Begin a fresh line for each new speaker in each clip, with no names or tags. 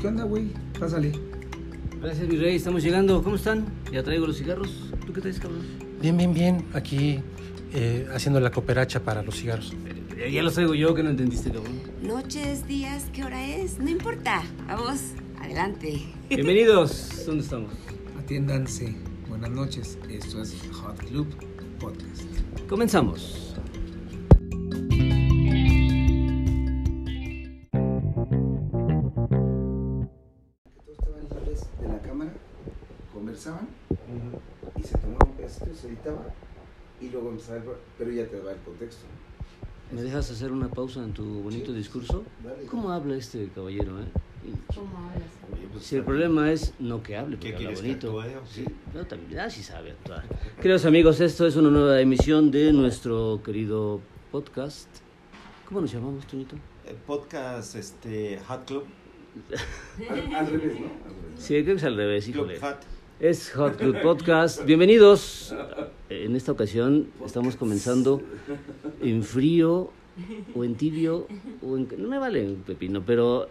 ¿Qué onda, güey? Pásale.
Gracias, mi rey. Estamos llegando. ¿Cómo están? Ya traigo los cigarros. ¿Tú qué traes, cabrón?
Bien, bien, bien. Aquí eh, haciendo la cooperacha para los cigarros.
Eh, ya los traigo yo, que no entendiste, cabrón.
Noches, días, ¿qué hora es? No importa. Vamos, adelante.
Bienvenidos. ¿Dónde estamos?
Atiéndanse. Buenas noches. Esto es Hot Club Podcast.
Comenzamos.
Todos estaban libres de la cámara, conversaban y se tomaban esto, se editaba y luego empezaba el... Pero ya te daba el contexto.
¿Me dejas hacer una pausa en tu bonito
Sí.
discurso?
Dale.
¿Cómo habla este caballero, eh?
¿Cómo hablas?
Oye, pues,
Si el problema es no que hable,
¿Qué
porque habla
quieres, que
bonito.
actúe o qué?
Sí, no, también, ah, sí sabe actuar. Queridos amigos, esto es una nueva emisión de nuestro querido podcast. ¿Cómo nos llamamos, Toñito?
El podcast este, Hat Club.
Al, al revés, ¿no? Al revés.
Sí, creo que es al revés,
Club
híjole.
Hat.
Es Hot Club Podcast. Bienvenidos. En esta ocasión estamos comenzando en frío o en tibio o en... No me vale un pepino, pero...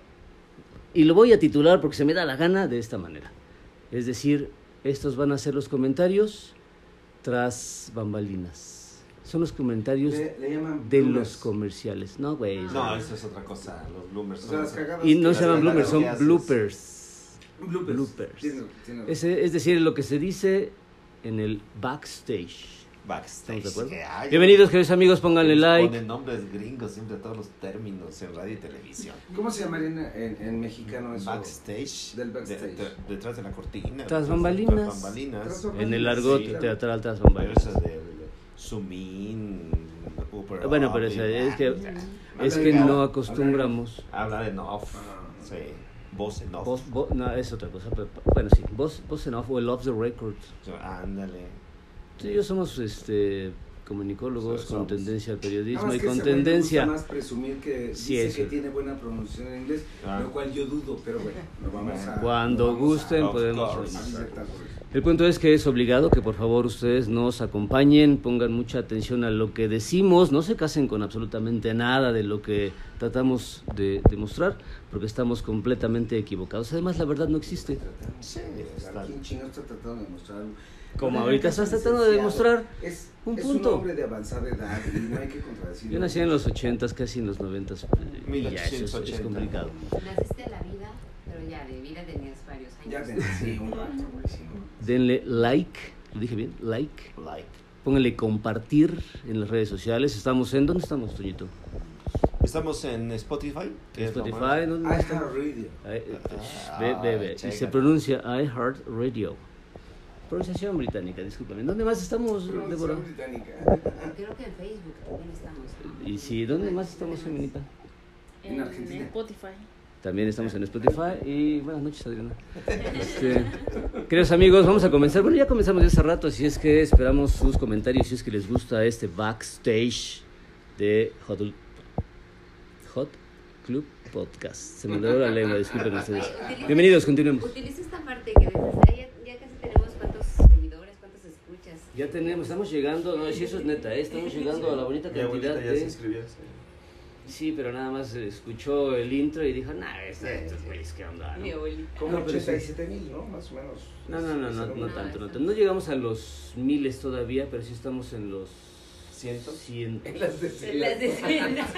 Y lo voy a titular porque se me da la gana de esta manera. Es decir, estos van a ser los comentarios tras bambalinas. Son los comentarios
Le, le llaman
de
bloomers.
los comerciales. No, güey.
No, eso es otra cosa. Los bloomers.
O sea, las cagadas
Y no
que
se
hacen
llaman bloopers,
las
son
que haces.
bloopers.
Bloopers.
bloopers.
Tienes- tienes-
Es, es decir, lo que se dice en el backstage.
Backstage.
¿Estamos de acuerdo?
que hay.
Bienvenidos, queridos amigos, pónganle
Les
like.
Ponen nombres gringos siempre a todos los términos en radio y televisión.
¿Cómo se llamaría en, en- en mexicano eso?
Backstage.
Del backstage.
de- de- detrás de la cortina.
Tras
detrás de-
bambalinas.
tras bambalinas.
Tras
En el argot
Sí.
teatral tras
Pero
bambalinas.
eso de, de Sumin. Upper
Bueno,
Up,
pero eso
y-
es que-
Ah,
Es
Habla
que
en-
no
habla
acostumbramos.
Hablar en off.
Ah.
Sí. Voz en off.
Voz, vo- no, es otra cosa. pero- bueno, sí, voz, voz en off o el off the record.
Ándale.
Tú y yo somos este, comunicólogos
Sí,
con
somos.
tendencia al
Nada
periodismo
más
y
que
con
ese güey le gusta
tendencia.
más presumir que
Sí,
dice
eso.
que tiene buena pronunciación en inglés,
Ah.
lo cual yo dudo, pero bueno, lo vamos a.
Cuando
lo vamos
gusten
Of
podemos
course.
a
revisar.
aceptar, güey.
El punto es que es obligado que por favor ustedes nos acompañen, pongan mucha atención a lo que decimos, no se casen con absolutamente nada de lo que tratamos de demostrar, porque estamos completamente equivocados. Además, la verdad no existe.
Sí, está-
¿Quién chingado está tratando de demostrar algo?
Como
No,
ahorita
no, no,
estás
no,
tratando de
licenciado.
demostrar
es,
un
es
punto.
un hombre de avanzada edad y no hay que contradecirlo.
Yo nací en los 80s, casi en los 90s. Y ya, eso es- es,
1880.
complicado.
Naciste a la vida, pero ya de vida tenías varios años.
Ya te nací un rato, güey. sí, ¿no?
Denle like, lo dije bien, like.
Like.
Pónganle compartir en las redes sociales. Estamos en, ¿dónde estamos, Toñito?
Estamos en Spotify. que es lo más-
Spotify, ¿dónde
I
estamos?
have radio.
Ay, eh, shh,
Ah,
ve- ve- ve. Y se
chécate.
pronuncia iHeart Radio. Pronunciación británica, discúlpame. ¿Dónde más estamos, Débora?
Producción británica.
Creo que en Facebook también estamos.
Y sí, ¿dónde más estamos, Feminita?
En Argentina.
Spotify.
También estamos en Spotify y buenas noches, Adriana. Este, queridos amigos, vamos a comenzar. Bueno, ya comenzamos desde hace rato, así es que esperamos sus comentarios si es que les gusta este backstage de Hot, Hot Club Podcast. Se me enredó la lengua, disculpen ustedes. Bienvenidos, continuemos.
Utiliza esta parte que desde ahí ya, ya casi tenemos cuántos seguidores, cuántos escuchas.
Ya tenemos, estamos llegando, no, si eso es neta, ¿eh? estamos llegando a la bonita
Mi abuelita
cantidad
ya se
de...
inscribió. sí.
Sí, pero nada más eh, escuchó el intro y dijo, nah, esta- estos güeyes qué onda, ¿no?
Mi abuelita.
Como
No, pero sí.
87 mil, ¿no? Más o menos.
No, no, no, no, no tanto, no tanto. No llegamos a los miles todavía, pero sí estamos en los...
¿Cientos?
Cien-
Es las
Las
decenas.
decenas.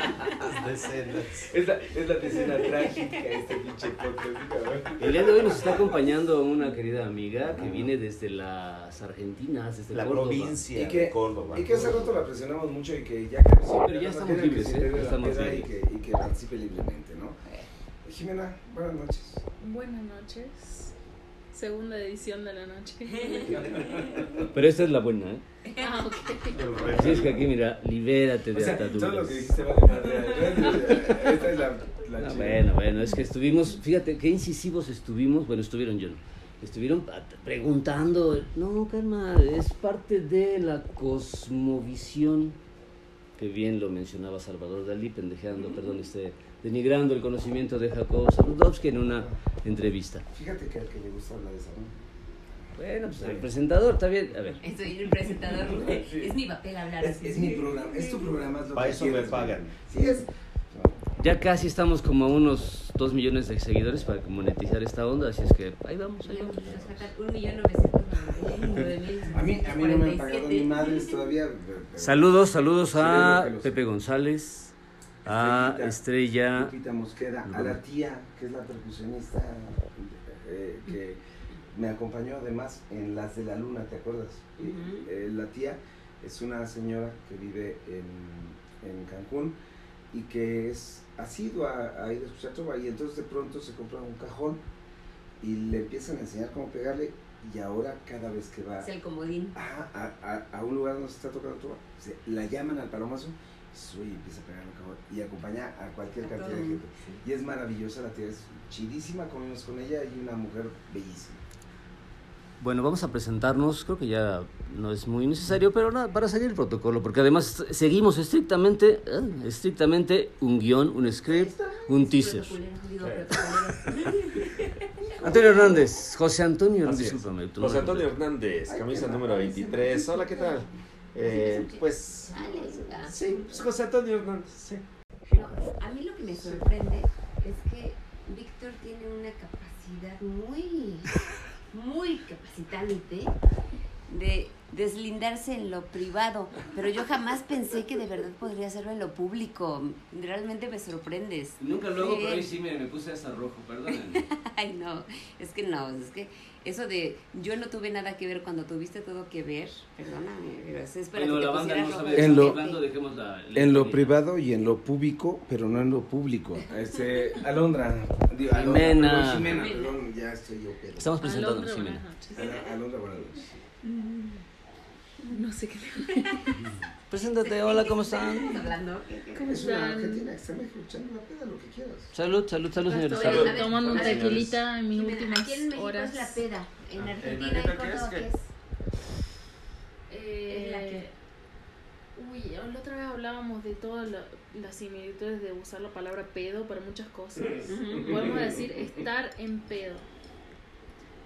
Las decenas.
Es la, es la decena trágica este pinche podcast, cabrón.
El día de hoy nos está acompañando una querida amiga que viene desde las Argentinas, desde
La
Córdoba.
provincia
Y que-
de Córdoba.
Y que hace rato la presionamos mucho y que ya casi.
Pero ya
no
estamos
quiere
libres,
que se
¿eh?
pegue
Ya
la
estamos
peda y
libres.
que, y que participe libremente, ¿no? Jimena, buenas noches.
Buenas noches. Segunda edición de la noche.
Pero esta es la buena, ¿eh?
ah, ok.
Así es que aquí, mira, libérate
O
de
sea, todo lo
ataduras.
que dijiste vale madre. Esta es la, la
Ah,
chida.
bueno, bueno, es que estuvimos, fíjate qué incisivos estuvimos, bueno, estuvieron yo, no. estuvieron pa- preguntando, no, calma, es parte de la cosmovisión, que bien lo mencionaba Salvador Dalí, pendejeando, perdón, este, denigrando el conocimiento de Jacob Sarudowski en una entrevista.
Fíjate que al que le gusta hablar de esa, ¿no?
Bueno, pues el presentador, está bien, a ver,
Estoy en el presentador. Es mi papel hablar
Es,
así.
es mi programa, es tu programa, es lo
Para
que
eso me
quieras, güey.
pagan.
Sí, es.
Ya casi estamos como a unos 2 millones de seguidores para monetizar esta onda, así es que ahí vamos, ahí vamos.
Nos faltan 1.999.000.
A mí, a mí no me han pagado ni madres todavía. pero- pero-
Saludos, saludos
Sí,
a
creo que los-
Pepe González, a Estrella.
Lupita Mosqueda, a la tía, que es la percusionista eh, que me acompañó además en Las de la Luna, ¿te acuerdas? Y,
Ujú.
eh, la tía es una señora que vive en, en Cancún y que es asidua a ir a escuchar trova y entonces de pronto se compra un cajón y le empiezan a enseñar cómo pegarle y ahora cada vez que va
Es el comodín.
a, a- a- a un lugar donde se está tocando trova, se- la llaman al palomazo y dices, "Oye, empieza a pegar el cajón", y acompaña a cualquier
A
cantidad
todo
de
el
gente.
mundo,
Y es maravillosa, la tía es chidísima, comimos con ella y una mujer bellísima.
Bueno, vamos a presentarnos, creo que ya no es muy necesario, pero nada, para seguir el protocolo, porque además seguimos estrictamente, ah, estrictamente un guión, un script, un teaser.
Protocoleros, digo, protocoleros.
Antonio Hernández, José Antonio,
Así es.
discúlpame. tu
José
nombre
Antonio Hernández, camisa número 23. Hola, ¿qué tal? Eh, pues.
Chale, ya.
Sí, pues José Antonio Hernández, sí.
No, a mí lo que me sorprende es que Víctor tiene una capacidad muy, muy capacitante de deslindarse en lo privado, pero yo jamás pensé que de verdad podría hacerlo en lo público. Realmente me sorprendes.
Nunca
lo hago, pero hoy
sí me, puse hasta rojo, perdónenme.
Ay, no, es que no, es que eso de yo no tuve nada que ver cuando tuviste todo que ver, perdóname, pero es para que te pusieras rojo.
de En qué lo- está
dejemos la...
En lo privado y en lo público, pero no en lo público. Este, Alondra, digo, Alondra,
Jimena.
perdón, Jimena, perdón, ya estoy yo, pero-
Estamos presentando,
Alondra, buenas
Jimena.
noches.
Al- Alondra, buenas noches.
Mm, No sé qué le
Preséntate, hola, ¿cómo están?
hablando? ¿Qué- qué-
¿Cómo
Es una
están?
argentina que está en México, echando la peda, lo que quieras.
Salud, salud,
Pues
salud, señores.
Estoy
Salud.
tomando un
Hola, señores.
tequilita en mis
Jimena,
últimas
aquí en México
horas.
es la peda. En
Ah,
Argentina
¿en
y
México
Córdoba,
qué
¿qué
es?
es?
Eh,
Es la que-
Uy, la otra vez hablábamos de todas la- las similitudes de usar la palabra pedo para muchas cosas. Podemos decir estar en pedo.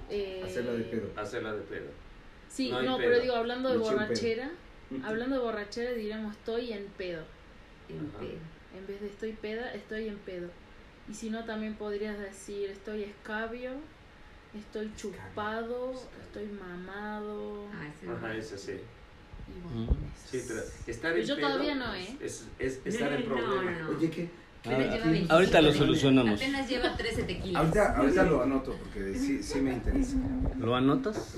Eh,
Hacerla de pedo.
Hacerla de pedo.
Sí,
No
no,
hay
pero
pedo.
digo, hablando de
Me eché un pedo.
borrachera, hablando de borrachera diríamos estoy en pedo.
En
Ajá.
pedo.
En vez de estoy peda, estoy en pedo. Y si no, también podrías decir estoy escabio, estoy chupado, estoy mamado.
Ah, sí.
Ajá, eso sí.
Y
Mm.
bueno,
Sí, pero
esas.
estar en
Yo
pedo
todavía no, ¿eh?
Es, es- es estar en
No, no,
problema.
no.
Oye, ¿qué?
Apenas lleva 25
Ahorita lo
tequilas.
solucionamos.
Apenas lleva 13 tequilas.
Ahorita, ahorita lo anoto porque sí, sí me interesa.
¿Lo anotas?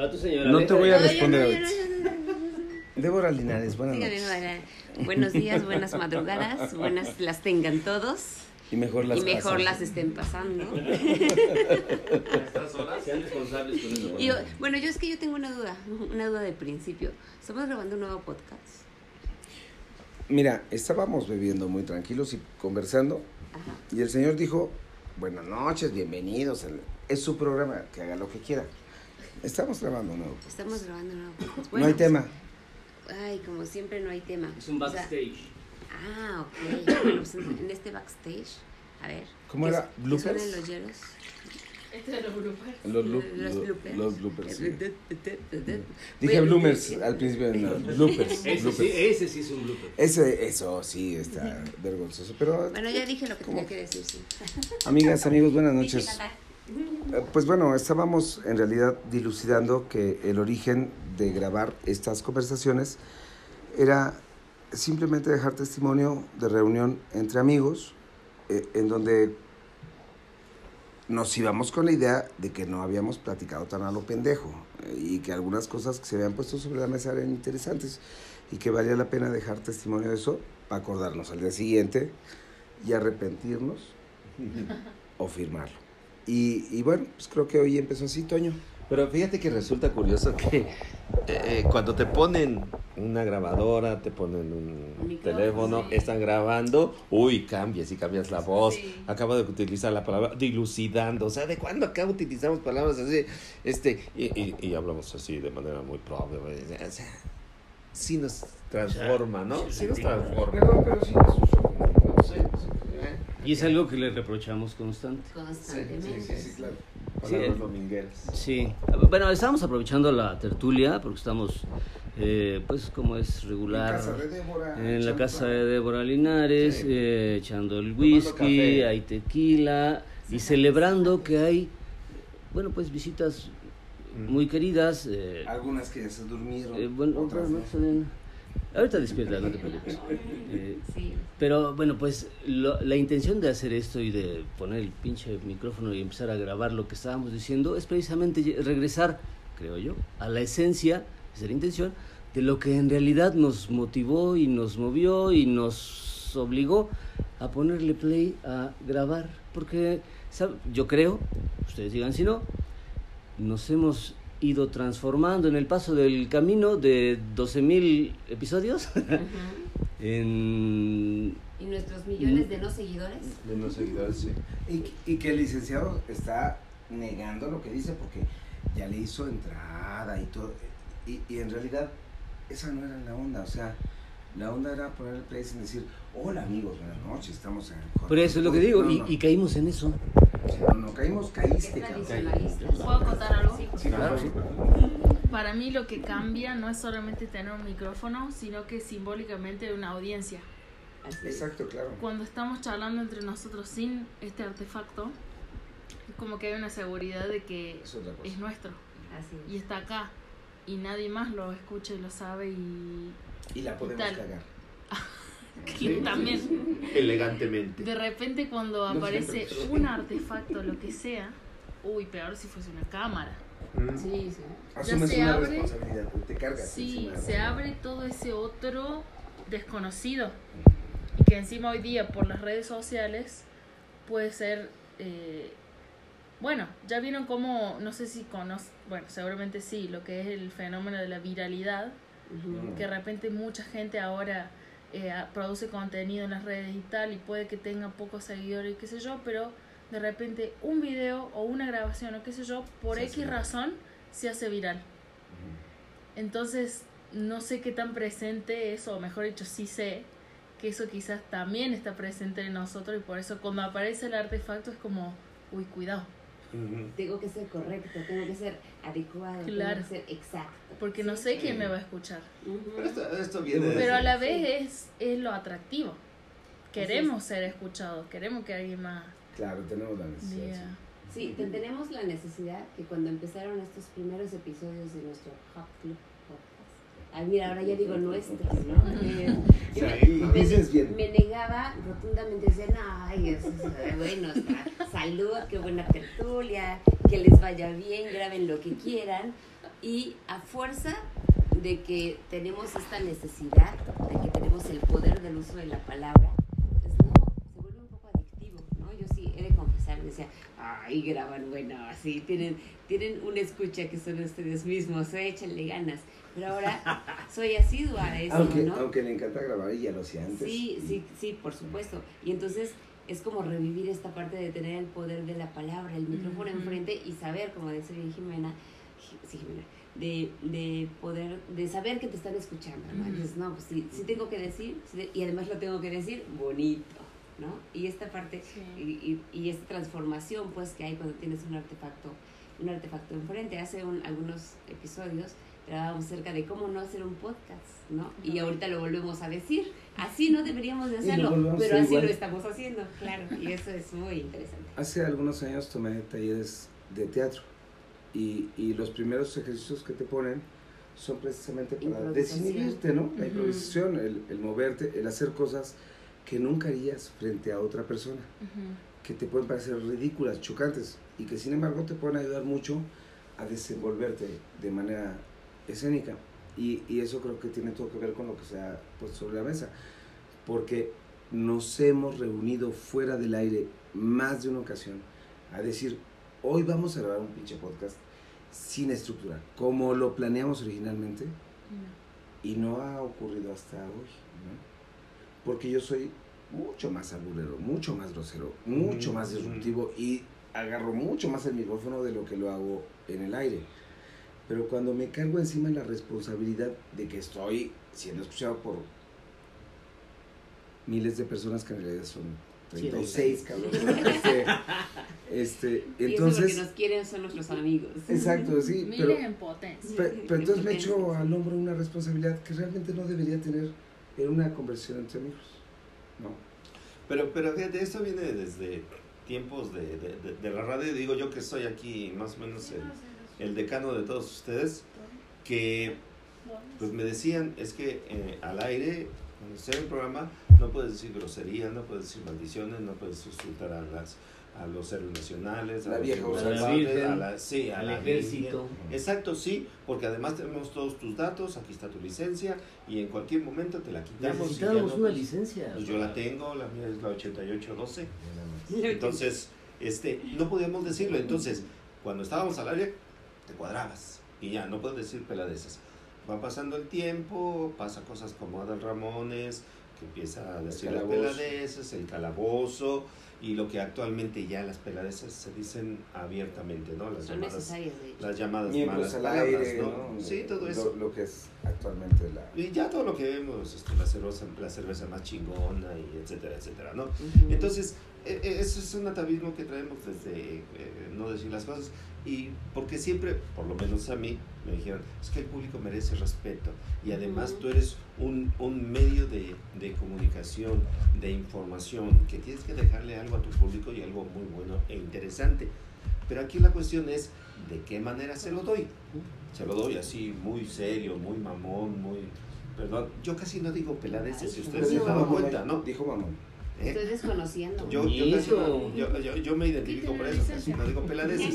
Va tu señora.
No te voy a
No, yo
responder
no, yo
ahorita.
no, yo no, yo no.
Débora Linares, buenas
Dígame,
noches.
Mara, Buenos días, buenas madrugadas, buenas las tengan todos
Y mejor las
y mejor
pasan.
las estén pasando.
¿Estás sola?
Sean responsables con eso.
Y yo- bueno, yo es que yo tengo una duda, una duda de principio. Estamos grabando un nuevo podcast.
Mira, estábamos bebiendo muy tranquilos y conversando
Ajá.
y el señor dijo, buenas noches, bienvenidos, al- es su programa, que haga lo que quiera. Estamos grabando nuevo.
Estamos grabando un nuevo podcast.
no hay
Bueno, pues,
tema.
Ay, como siempre no hay tema.
Es un
O sea,
backstage.
ah, ok. Bueno, pues en en este backstage, a ver.
¿Cómo
¿qué
era?
su- qué
¿Bloopers?
suenan los hielos?
Este de los grupales.
Los, lu-
pues, Los
lo-
bloopers. Eh,
los bloopers. sí. Dije
Dije
bloomers al principio, no, bloopers.
Ese
bloopers.
sí, ese sí es un blooper.
Ese- eso sí está vergonzoso. Pero,
Bueno, ya dije lo que
¿Cómo?
tenía que decir, sí.
amigas, amigos, buenas
Dije
noches.
nada.
Eh, Pues bueno, estábamos en realidad dilucidando que el origen de grabar estas conversaciones era simplemente dejar testimonio de reunión entre amigos, eh, en donde nos íbamos con la idea de que no habíamos platicado tan a lo pendejo eh, y que algunas cosas que se habían puesto sobre la mesa eran interesantes y que valía la pena dejar testimonio de eso para acordarnos al día siguiente y arrepentirnos o firmarlo. Y, y bueno, pues creo que hoy empezó así, Toño.
Pero fíjate que resulta curioso que eh, eh, cuando te ponen una grabadora, te ponen un
Micrófono,
teléfono,
sí.
están grabando, uy, cambias y cambias la voz.
Sí.
Acabo de utilizar la palabra dilucidando. O sea, ¿de cuándo acá utilizamos palabras así? Este, y, y- y hablamos así de manera muy propia. O sea, sí nos transforma, ¿no? Sí nos transforma.
pero sí nos usó como
Y es algo que le reprochamos constante.
Eh,
Constantemente.
claro.
Palabras domingueras.
Sí. Bueno, estábamos aprovechando la tertulia porque estamos eh, pues como es regular.
Débora.
En la
Champa.
casa de Débora Linares,
Sí.
eh, echando el
Tomando
whisky,
café.
hay tequila y celebrando que hay, bueno, pues visitas muy queridas. eh,
Algunas que ya se durmieron.
eh, bueno,
otras
no
no.
saben. Ahorita despierta, no te preocupes. Eh,
Sí.
pero bueno, pues lo- la intención de hacer esto y de poner el pinche micrófono y empezar a grabar lo que estábamos diciendo es precisamente ye- regresar, creo yo, a la esencia, esa es la intención, de lo que en realidad nos motivó y nos movió y nos obligó a ponerle play a grabar. Porque ¿sabe? yo creo, ustedes digan si no, nos hemos ido transformando en el paso del camino de 12.000 episodios
Ujú.
en
Y nuestros millones de no seguidores.
De no seguidores, sí.
Y, y que el licenciado está negando lo que dice porque ya le hizo entrada y todo. Y, y en realidad esa no era la onda. O sea, la onda era poner el play sin decir, hola amigos, buenas noches, estamos en el corte".
Por eso es lo que digo,
No,
y,
no.
y caímos en eso.
No, no, caímos,
Es
caíste, cabrón.
tradicionalista.
Este, ¿Puedo acotar algo?
Sí, por
Sí, claro,
favor.
sí.
Para mí lo que cambia no es solamente tener un micrófono, sino que simbólicamente una audiencia.
Así es.
Exacto, claro.
Cuando estamos charlando entre nosotros sin este artefacto, es como que hay una seguridad de que
Es otra cosa.
es nuestro
Así es.
y está acá y nadie más lo escucha y lo sabe y
Y la podemos
Tal.
cagar.
y también
Elegantemente.
de repente cuando
No
aparece
siempre.
un artefacto lo que sea, uy, peor si fuese una cámara.
Mm.
Sí, sí.
Asumes
se
una
abre.
responsabilidad, te cargas.
Sí,
encima.
se abre todo ese otro desconocido. Y que encima hoy día por las redes sociales puede ser... eh, bueno, ya vieron cómo, no sé si conocen, bueno, seguramente sí, lo que es el fenómeno de la viralidad,
Ujú.
que de repente mucha gente ahora eh, a- produce contenido en las redes y tal, y puede que tenga pocos seguidores y qué sé yo, pero de repente un video o una grabación o qué sé yo, por
Se hace
X
viral.
razón, se hace viral. Entonces, no sé qué tan presente es, o mejor dicho, sí sé que eso quizás también está presente en nosotros y por eso cuando aparece el artefacto es como, uy, cuidado,
Ujú.
Tengo que ser correcto, tengo que ser adecuado,
Claro.
tengo que ser exacto.
porque no sé quién me va a escuchar.
Ujú.
Pero esto, esto viene de...
Pero a la
Sí.
vez es, es lo atractivo. Queremos ser escuchados, queremos que alguien más
Claro, tenemos la necesidad. sí.
Sí,
diga.
te- tenemos la necesidad que cuando empezaron estos primeros episodios de nuestro Hot Club Podcast, ay, mira, ahora ya digo nuestros, ¿no? Eh,
O
yo
sea,
me-
y
me-
dices bien.
Me negaba rotundamente, decía, no, ay, es- es- bueno, está, salud, qué buena tertulia, que les vaya bien, graben lo que quieran. Y a fuerza de que tenemos esta necesidad, de que tenemos el poder del uso de la palabra, pues no, se vuelve un poco adictivo, ¿no? Yo sí he de confesar, decía, ay, graban, bueno, así, tienen, tienen una escucha que son ustedes mismos, ¿eh? échenle ganas. Pero ahora soy asidua a eso,
Aunque,
¿no?
aunque le encanta grabar y ya lo hacía antes.
Sí, sí, sí, por supuesto. Y entonces es como revivir esta parte de tener el poder de la palabra, el micrófono
Ujú.
enfrente y saber, como decía bien Jimena, Ji- sí, Jimena, de, de poder, de saber que te están escuchando, ¿no?
Ujú.
Entonces, no, pues sí, sí tengo que decir, sí te- y además lo tengo que decir bonito, ¿no? Y esta parte, y, y- y esta transformación, pues, que hay cuando tienes un artefacto, un artefacto enfrente. Hace un- algunos episodios grabábamos acerca de cómo no hacer un podcast, ¿no? Y ahorita lo volvemos a decir. Así no deberíamos de
Y lo
hacerlo,
volvemos a
pero
hacer
así
igual.
lo estamos haciendo, claro. Y eso es muy interesante.
Hace algunos años tomé talleres de teatro y, y los primeros ejercicios que te ponen son precisamente para
Improvisación.
desinhibirte, ¿no? La
Ujú.
improvisación, el, el moverte, el hacer cosas que nunca harías frente a otra persona,
Ujú.
que te pueden parecer ridículas, chocantes y que sin embargo te pueden ayudar mucho a desenvolverte de manera escénica. Y, y eso creo que tiene todo que ver con lo que se ha puesto sobre la mesa, porque nos hemos reunido fuera del aire más de una ocasión a decir, hoy vamos a grabar un pinche podcast sin estructura, como lo planeamos originalmente, y no ha ocurrido hasta hoy, ¿no? Porque yo soy mucho más alburero, mucho más grosero, mucho
Ujú,
más
Mm,
ujú.
disruptivo y agarro mucho más el micrófono de lo que lo hago en el aire. Pero cuando me cargo encima la responsabilidad de que estoy siendo escuchado por miles de personas que en realidad son 36, cabrón. ¿no? Este, este, entonces.
Entonces, los que nos quieren son nuestros amigos.
Exacto, sí,
Miles
pero,
en potencia.
pe- pero entonces me echo al hombro una responsabilidad que realmente no debería tener en una conversación entre amigos. No.
Pero, pero fíjate, esto viene desde tiempos de, de- de- de la radio. Digo yo que soy aquí más o menos el, el decano de todos ustedes. Que pues me decían, es que eh, al aire, cuando esté en el programa, no puedes decir groserías, no puedes decir maldiciones, no puedes insultar a las a los héroes nacionales, a
La
los
vieja
homosexuales,
usanza. A la virgen,
a la- sí, a
al
la
ejército.
virgen. Exacto, sí, porque además tenemos todos tus datos, aquí está tu licencia y en cualquier momento te la quitamos. y ya
Necesitábamos
no-
una licencia.
pues yo la tengo, la mía es la 8812.
Entonces,
Entonces, este, no podíamos decirlo. Entonces, cuando estábamos al área, te cuadrabas. Y ya, no puedes decir peladezas. Va pasando el tiempo, pasa cosas como Adal Ramones, que empieza a decir las
calabozo.
peladezas, el calabozo, y lo que actualmente ya las peladezas se dicen abiertamente, ¿no? Las
son
llamadas,
necesarias, de hecho.
las llamadas malas
Miembros al
palabras,
aire,
¿no?
¿no?
Sí, todo
Lo-
eso.
Lo, que es actualmente la.
Y ya todo lo que vemos, este, la, cerveza, la cerveza más chingona, y etcétera, etcétera, ¿no?
Ujú.
Entonces, e- e- eso es un atavismo que traemos desde eh, no decir las cosas. Y porque siempre, por lo menos a mí, me dijeron, es que el público merece respeto. Y además
Ujú.
tú eres un, un medio de, de comunicación, de información, que tienes que dejarle algo a tu público y algo muy bueno e interesante. Pero aquí la cuestión es, ¿de qué manera se lo doy? Se lo doy así, muy serio, muy mamón, muy... Perdón, yo casi no digo peladeces, si
Ay,
ustedes se
no.
han dado cuenta, ¿no?
Dijo mamón.
¿Eh?
Estoy desconociendo.
Yo, yo,
Bonito.
casi no- yo, yo, yo me identifico
Quítale
por
la
eso, casi
licencia.
no digo peladeces.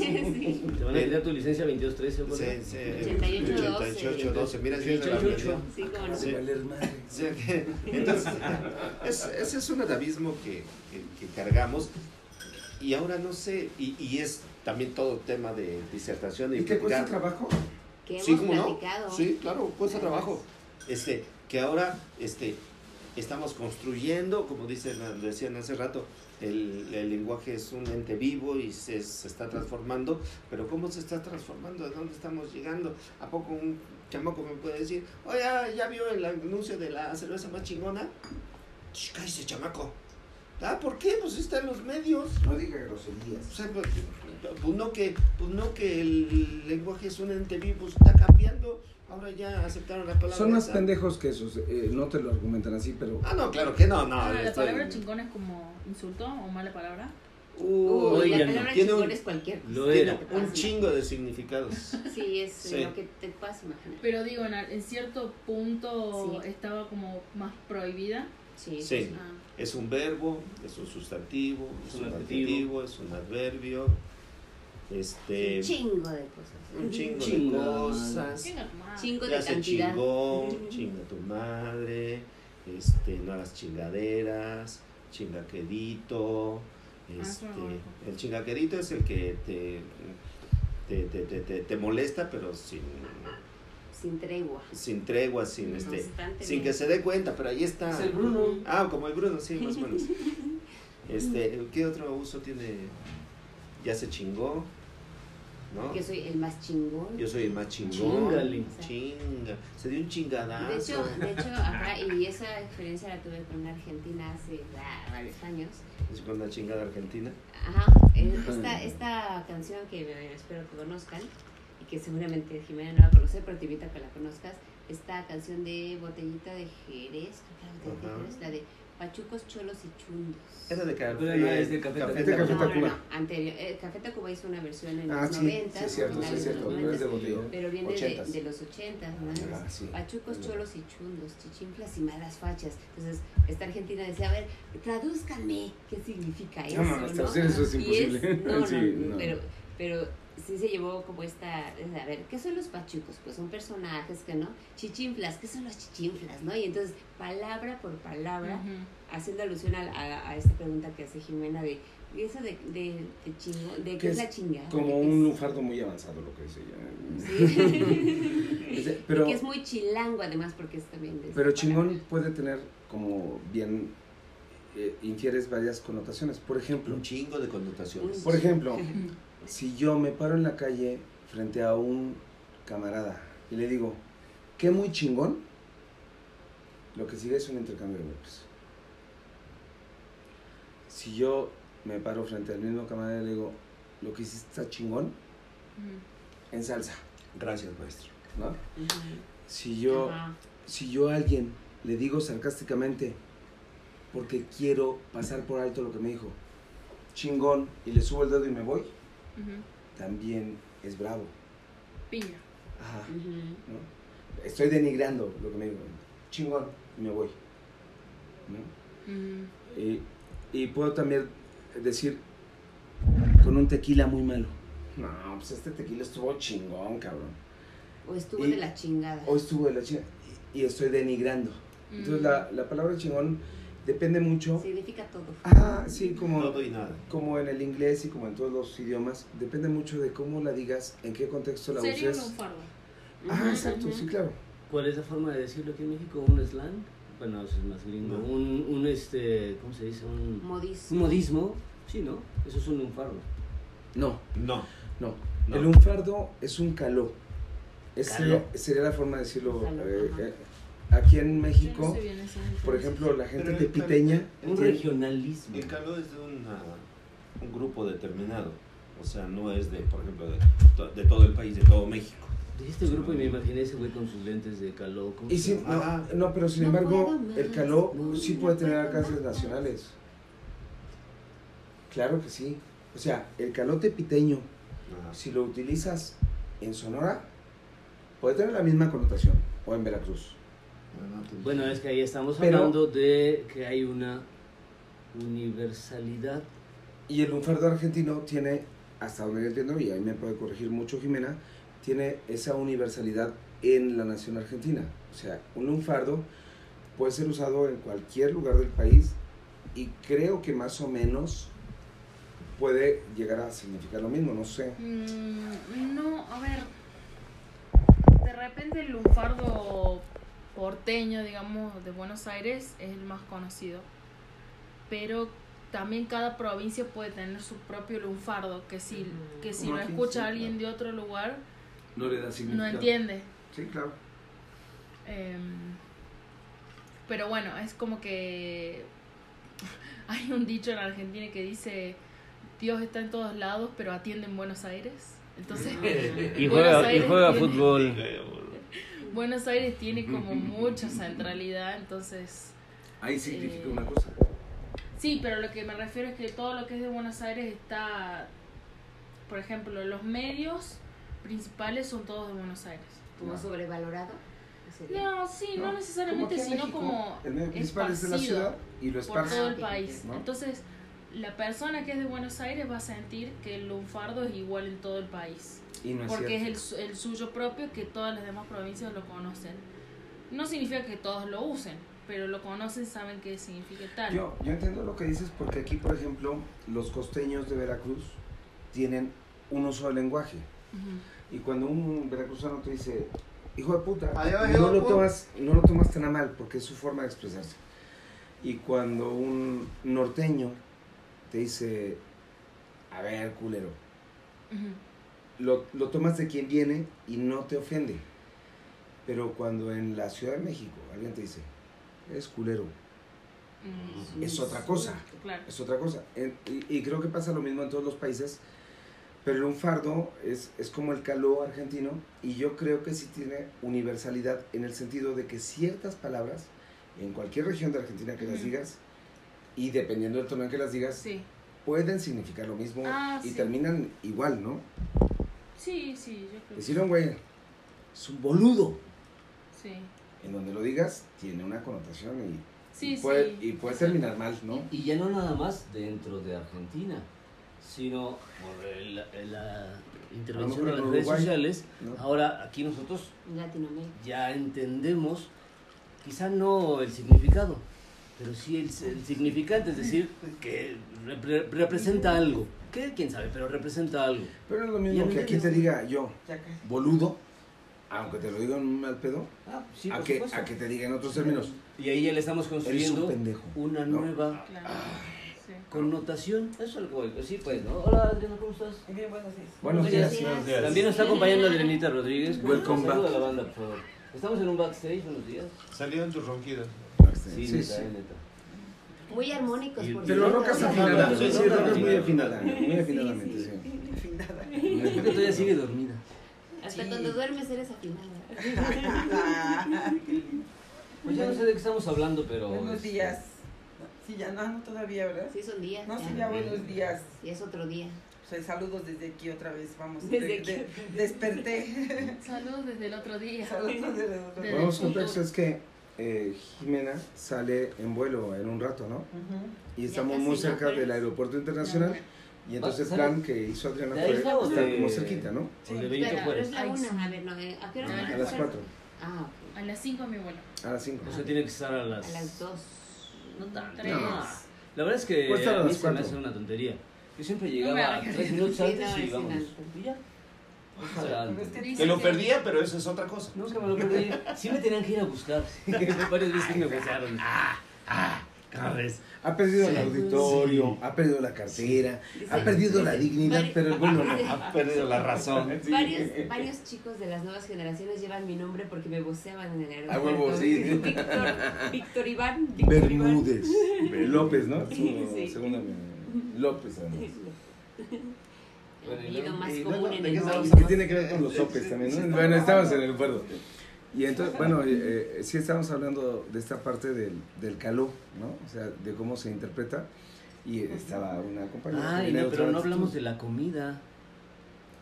Sí.
Te van a quitar tu licencia 2213 o algo así.
Se- se-
88-12.
88-12, mira, si es de la
88.
realidad.
Sí, cómo no.
Sí.
Valer madre.
O sea que- Entonces, es- ese es un atavismo que, que- que cargamos. Y ahora no sé, y, y es también todo tema de disertación y,
¿Y te cuesta
platicar.
trabajo?
Que hemos
Sí, ¿cómo no?
platicado.
Sí, claro, cuesta trabajo. Este, que ahora este, estamos construyendo, como dicen, decían hace rato, el, el lenguaje es un ente vivo y se, se está transformando, pero ¿cómo se está transformando? ¿A dónde estamos llegando? ¿A poco un chamaco me puede decir, oye, ya vio el anuncio de la cerveza más chingona? Ch, cállese, chamaco. Ah, ¿por qué? Pues está en los medios.
No diga groserías.
O sea, pues, pues no que, pues no que el lenguaje es un ente vivo, pues, está cambiando. Ahora ya aceptaron la palabra.
Son más
esa.
pendejos que esos. eh, no te lo argumentan así, pero.
Ah, no, claro que no, no.
Ah, la
estoy-
palabra chingón es como insulto o mala palabra.
Uy,
Uy,
Oigan,
la palabra
tiene un-
chingón es cualquier cosa.
lo
que
era.
te
Ah,
puedas
un chingo de significados.
imaginar. Sí, es
Sí.
lo que te puedas imaginar.
Pero digo, en, al- en cierto punto
Sí.
estaba como más prohibida.
Sí.
Sí.
sí.
Ah,
Es un verbo, es un sustantivo, es un adjetivo, es un adverbio. Este.
Un chingo de cosas.
Un chingo de
Chinga.
cosas.
chinga tu madre.
Chingo
Ya
de
se
cantidad.
chingón, chinga tu madre, este, no hagas chingaderas, chingaquerito, este,
Ah, claro.
el chingaquerito es el que te, te, te, te, te- te molesta, pero sin,
Sin tregua.
sin tregua, sin este,
Constantemente.
sin que se dé cuenta, pero ahí está.
Bruno.
Ah, como el Bruno, sí, más o menos. Este, ¿qué otro uso tiene? Ya se chingó, ¿no?
Que soy el más chingón.
Yo soy el más chingón.
Chíngale.
Chinga. Se dio un
De
chingadazo.
hecho, de hecho acá, y esa experiencia la tuve con una argentina hace ah, varios años.
Es con la chingada argentina.
Ajá, eh, esta, esta canción que eh, espero que conozcan y que seguramente Jimena no la conoce, pero te invito a que la conozcas. Esta canción de Botellita de Jerez, creo que era Botellita de
Ajá.
Jerez, la de Pachucos, Cholos y Chundos.
Era de café.
Pero no, es de Café
café,
Tacuba.
Café
No, no,
Tacuba.
no, anterior. eh, Café Tacuba hizo una versión en
Ah,
los
sí,
90,
sí, es cierto, sí,
finales
es
de
cierto.
los
No es de
90,
botella.
pero viene de,
Ochentas.
de los 80, ¿no?
Ah, sí.
Pachucos, cholos y chundos, chichinflas y malas fachas. Entonces, esta argentina decía, a ver, tradúzcanme qué significa eso.
No, no, las traducciones eso es
Y
imposible.
no, no,
Sí, no.
Pero, pero sí se llevó como esta, es, a ver, ¿qué son los pachucos? Pues son personajes que no, chichinflas, ¿qué son los chichinflas? ¿No? Y entonces, palabra por palabra,
Ujú.
haciendo alusión a, a- a esta pregunta que hace Jimena de, de eso de, de, de chingo, de
Que
qué es,
es
la chingada.
Como
¿Qué
un
es?
lunfardo muy avanzado lo que dice ella.
Sí.
Este, Pero,
que es muy chilango además porque es también de esta
pero
palabra.
chingón puede tener, como bien eh, infieres, varias connotaciones. Por ejemplo,
Un chingo de connotaciones.
por ejemplo, si yo me paro en la calle frente a un camarada y le digo, qué muy chingón, lo que sigue es un intercambio de golpes. si yo me paro frente al mismo camarada y le digo, lo que hiciste está chingón, en salsa,
Gracias, maestro.
¿no? Si yo,
Ajá.
si yo a alguien le digo sarcásticamente, porque quiero pasar por alto lo que me dijo, chingón, y le subo el dedo y me voy,
Ujú.
también es bravo.
Piña.
Ajá. ¿no? Estoy denigrando lo que me digo. Chingón, y me voy. ¿no?
Ujú.
Y, y puedo también decir con un tequila muy malo. No, pues este tequila estuvo chingón, cabrón.
O estuvo
Y-
de la chingada.
O estuvo de la chinga y, y estoy denigrando. Entonces la, la palabra chingón depende mucho.
Significa todo.
Ah, sí, como
Todo y nada.
como en el inglés y como en todos los idiomas, depende mucho de cómo la digas, en qué contexto la
Sería un
uses.
lunfardo.
Ah,
Ujú,
exacto,
ujú.
sí, claro.
¿Cuál es la forma de decirlo aquí en México? ¿Un slang? Bueno, eso es más gringo.
No.
Un, un, este, ¿cómo se dice? Un, un
Modismo.
modismo. Sí, ¿no? Eso es un lunfardo.
No,
No.
no.
No.
El lunfardo es un caló. Es-
Caló.
Sería la forma de decirlo.
Caló,
eh,
ajá.
eh, aquí en
Yo no
México,
sé bien esas
por
diferencias.
ejemplo, la gente
Pero
de
el caló-
Piteña.
Un
tiene-
regionalismo.
El calor es de una- un grupo determinado. O sea, no es de, por ejemplo, de, to- de todo el país, de todo México.
Dijiste este grupo y me imaginé ese güey con sus lentes de caló. ¿cómo
y
se
sí,
llama?
no, no, pero sin
No
embargo,
puedo más,
el caló
no,
sí
no
puede tener
puedo
alcances
más.
nacionales. Claro que sí. O sea, el calote piteño,
Ajá.
si lo utilizas en Sonora, puede tener la misma connotación. O en Veracruz.
Bueno, es que ahí estamos
Pero-
hablando de que hay una universalidad.
Y el lunfardo argentino tiene, hasta donde yo entiendo, y ahí me puede corregir mucho Jimena, tiene esa universalidad en la nación argentina. O sea, un lunfardo puede ser usado en cualquier lugar del país y creo que más o menos puede llegar a significar lo mismo, no sé.
Mm, no, a ver. De repente el lunfardo porteño, digamos, de Buenos Aires es el más conocido. Pero también cada provincia puede tener su propio lunfardo, que si, que si
Como
lo
aquí, sí,
escucha
claro.
alguien de otro lugar,
No le da
no entiende.
Sí, claro.
Em, pero bueno, es como que hay un dicho en Argentina que dice, Dios está en todos lados, pero atiende en Buenos Aires. Entonces,
Y
Buenos
juega, y
Aires
juega
tiene-
fútbol.
Buenos Aires tiene como mucha centralidad, entonces...
Ahí
significa una
cosa.
Sí, pero lo que me refiero es que todo lo que es de Buenos Aires está... Por ejemplo, los medios principales son todos de Buenos Aires.
Como sobrevalorado. pues, sería.
No, sí, no, necesariamente, sino como...
El medio principal es de la
esparcido.
ciudad y lo
por
esparce.
todo el
Ajá.
país.
¿No?
Entonces, la persona que es de Buenos Aires va a sentir que el lunfardo es igual en todo el país,
Y no es
porque es
cierto.
el, su- el suyo propio que todas las demás provincias lo conocen. No significa que todos lo usen, pero lo conocen, saben qué significa tal.
Yo, yo entiendo lo que dices porque aquí, por ejemplo, los costeños de Veracruz tienen un uso del lenguaje.
Ujú.
Y cuando un veracruzano te dice, hijo de puta,
Adiós, hijo
no
de
lo,
pu-
tomas, no lo tomas tan a mal porque es su forma de expresarse. Y cuando un norteño te dice, a ver, culero,
Ujú.
lo, lo tomas de quien viene y no te ofende. Pero cuando en la Ciudad de México alguien te dice, es culero,
Mm,
es otra cosa.
Claro.
es otra cosa. En- y, y creo que pasa lo mismo en todos los países, pero el lunfardo es, es como el caló argentino y yo creo que sí tiene universalidad en el sentido de que ciertas palabras, en cualquier región de Argentina que las
Ujú.
digas, y dependiendo del tono en que las digas,
Sí,
pueden significar lo mismo
Ah,
y
sí.
terminan igual, ¿no?
sí, sí, yo creo. que
Decir a un güey, es un boludo.
Sí,
En donde lo digas, tiene una connotación y,
sí,
y puede,
sí.
y puede terminar mal, ¿no?
Y ya no nada más dentro de Argentina, sino por el- la intervención de
A
las
lo mejor en
redes
Uruguay,
sociales.
¿no?
Ahora aquí nosotros
En Latinoamérica.
ya entendemos, quizá no el significado, pero sí el, el significante, es decir, que repre- representa algo. ¿Qué? ¿Quién sabe? Pero representa algo.
Pero es lo mismo
no
que aquí
entiendo.
te diga yo, boludo, aunque te lo diga en un mal pedo,
Ah, sí,
a,
por
que,
supuesto.
a que te diga en otros términos,
Y ahí ya le estamos
eres un
construyendo
pendejo.
una
No.
nueva
Claro. Sí.
connotación. Eso es algo, sí, pues, ¿no? Hola, Adriana, ¿cómo estás?
Buenos días.
También nos está acompañando Adrianita Rodríguez.
Welcome
Saluda
back.
a la banda, por favor. Estamos en un backstage, buenos días.
Salieron tus ronquidos.
Sí, sí.
neta, neta.
Muy armónicos, por
Pero
cierto.
rocas afinadas. Sí, rocas muy afinadas. Muy afinadamente, sí.
Findada.
Creo que todavía sigue dormida.
Hasta
Sí.
cuando duermes eres afinada.
Qué lindo.
Pues ya no sé de qué estamos hablando, pero.
Buenos
este,
días. Sí, ya no, no todavía, ¿verdad?
Sí, son días.
No,
ya.
sí, ya buenos días.
Y es otro día.
O sea, saludos desde aquí otra vez, vamos.
Desde
de-
aquí.
de- desperté.
Saludos desde el otro día.
saludos desde el otro.
Desde
Vamos
el
contexto
futuro.
es que eh, Jimena sale en vuelo en un rato,
Oh.
¿no?
Ujú.
Y estamos
casi
muy
no,
cerca
pero-
del aeropuerto internacional. Y entonces el
¿Sabes?
plan que hizo Adriana
¿De ahí
fue
está o
estar
de-
como cerquita, ¿no?
o de Benito
Espera, pero
Juárez.
es la
Ay, sí.
una. A ver, no, eh, ¿a qué hora
Ah, A
van
las
empezar?
4,
Ah,
A las 5 mi vuelo.
a las 5.
Eso tiene que estar a
ok.
las.
A las dos.
No tanto.
Tres.
La verdad es que
Puede estar a
a mí
las
se me
cuatro.
hace una tontería. Yo siempre
me
llegaba
hagas.
tres minutos
Sí,
antes
no,
y
es
íbamos.
inato.
Y ya. O sea,
Pero es que
Dice
Te lo
que-
perdía, pero eso es otra cosa.
Nunca me lo perdí. Sí me tenían que ir a buscar. Varias veces me buscaron.
Ah, Ha perdido el auditorio, ha perdido la cartera, ha
Dice-
perdido la
dice,
dignidad,
"Vari-
pero el vuelo no.
Ha perdido la razón.
Varios, varios chicos de las nuevas generaciones llevan mi nombre porque me voceaban en el aeropuerto.
A huevo, sí, sí.
Víctor, Víctor Iván. Víctor
Bermúdez. López, ¿no? Su
Sí.
segundo nombre. López, además.
Iván. El
Bueno, y
apellido
luego-
más
y
común
luego,
en
¿de
el
qué
mundo.
estábamos
Que tiene que ver con los sopes también, ¿no? Bueno, estábamos en el puerto. Y entonces, bueno, eh, eh, sí estábamos hablando de esta parte del, del caló, ¿no? O sea, de cómo se interpreta. Y estaba una compañera.
Ay,
Jimena,
Ah, no,
otra
pero
vez
no
tú.
hablamos de la comida.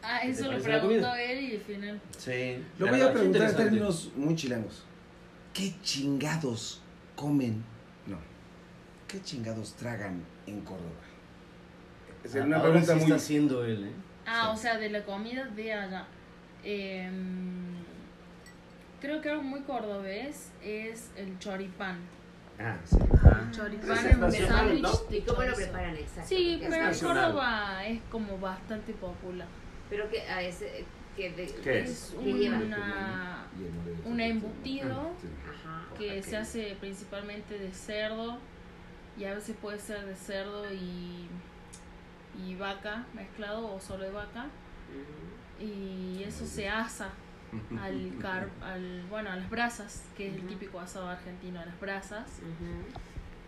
Ah,
¿Qué te
eso lo
parece la
preguntó
comida?
él y al final.
Sí.
Lo voy a preguntar en términos muy chilangos. ¿Qué chingados comen? No. ¿Qué chingados tragan en Córdoba? Ah, Es
Es
una pregunta muy...
Ah, está haciendo él, ¿eh?
Ah, o sea, de la comida de allá. Em, creo que algo muy cordobés es el choripán.
Ah, sí.
El choripán
Ese
es un
nacional,
sándwich
¿no?
de
Ah, ¿Y cómo lo
chorizo.
preparan exacto?
Sí,
Porque-
pero en
nacional.
Córdoba es como bastante popular.
Pero que a ese. Que de,
¿Qué
Es
que lleva?
una, un embutido
Ajá.
que se hace principalmente de cerdo y a veces puede ser de cerdo y, y vaca mezclado o solo de vaca
Mm.
y eso se asa
Ah,
al car al bueno a las brasas que es el
Ujú.
típico asado argentino a las brasas
Ujú.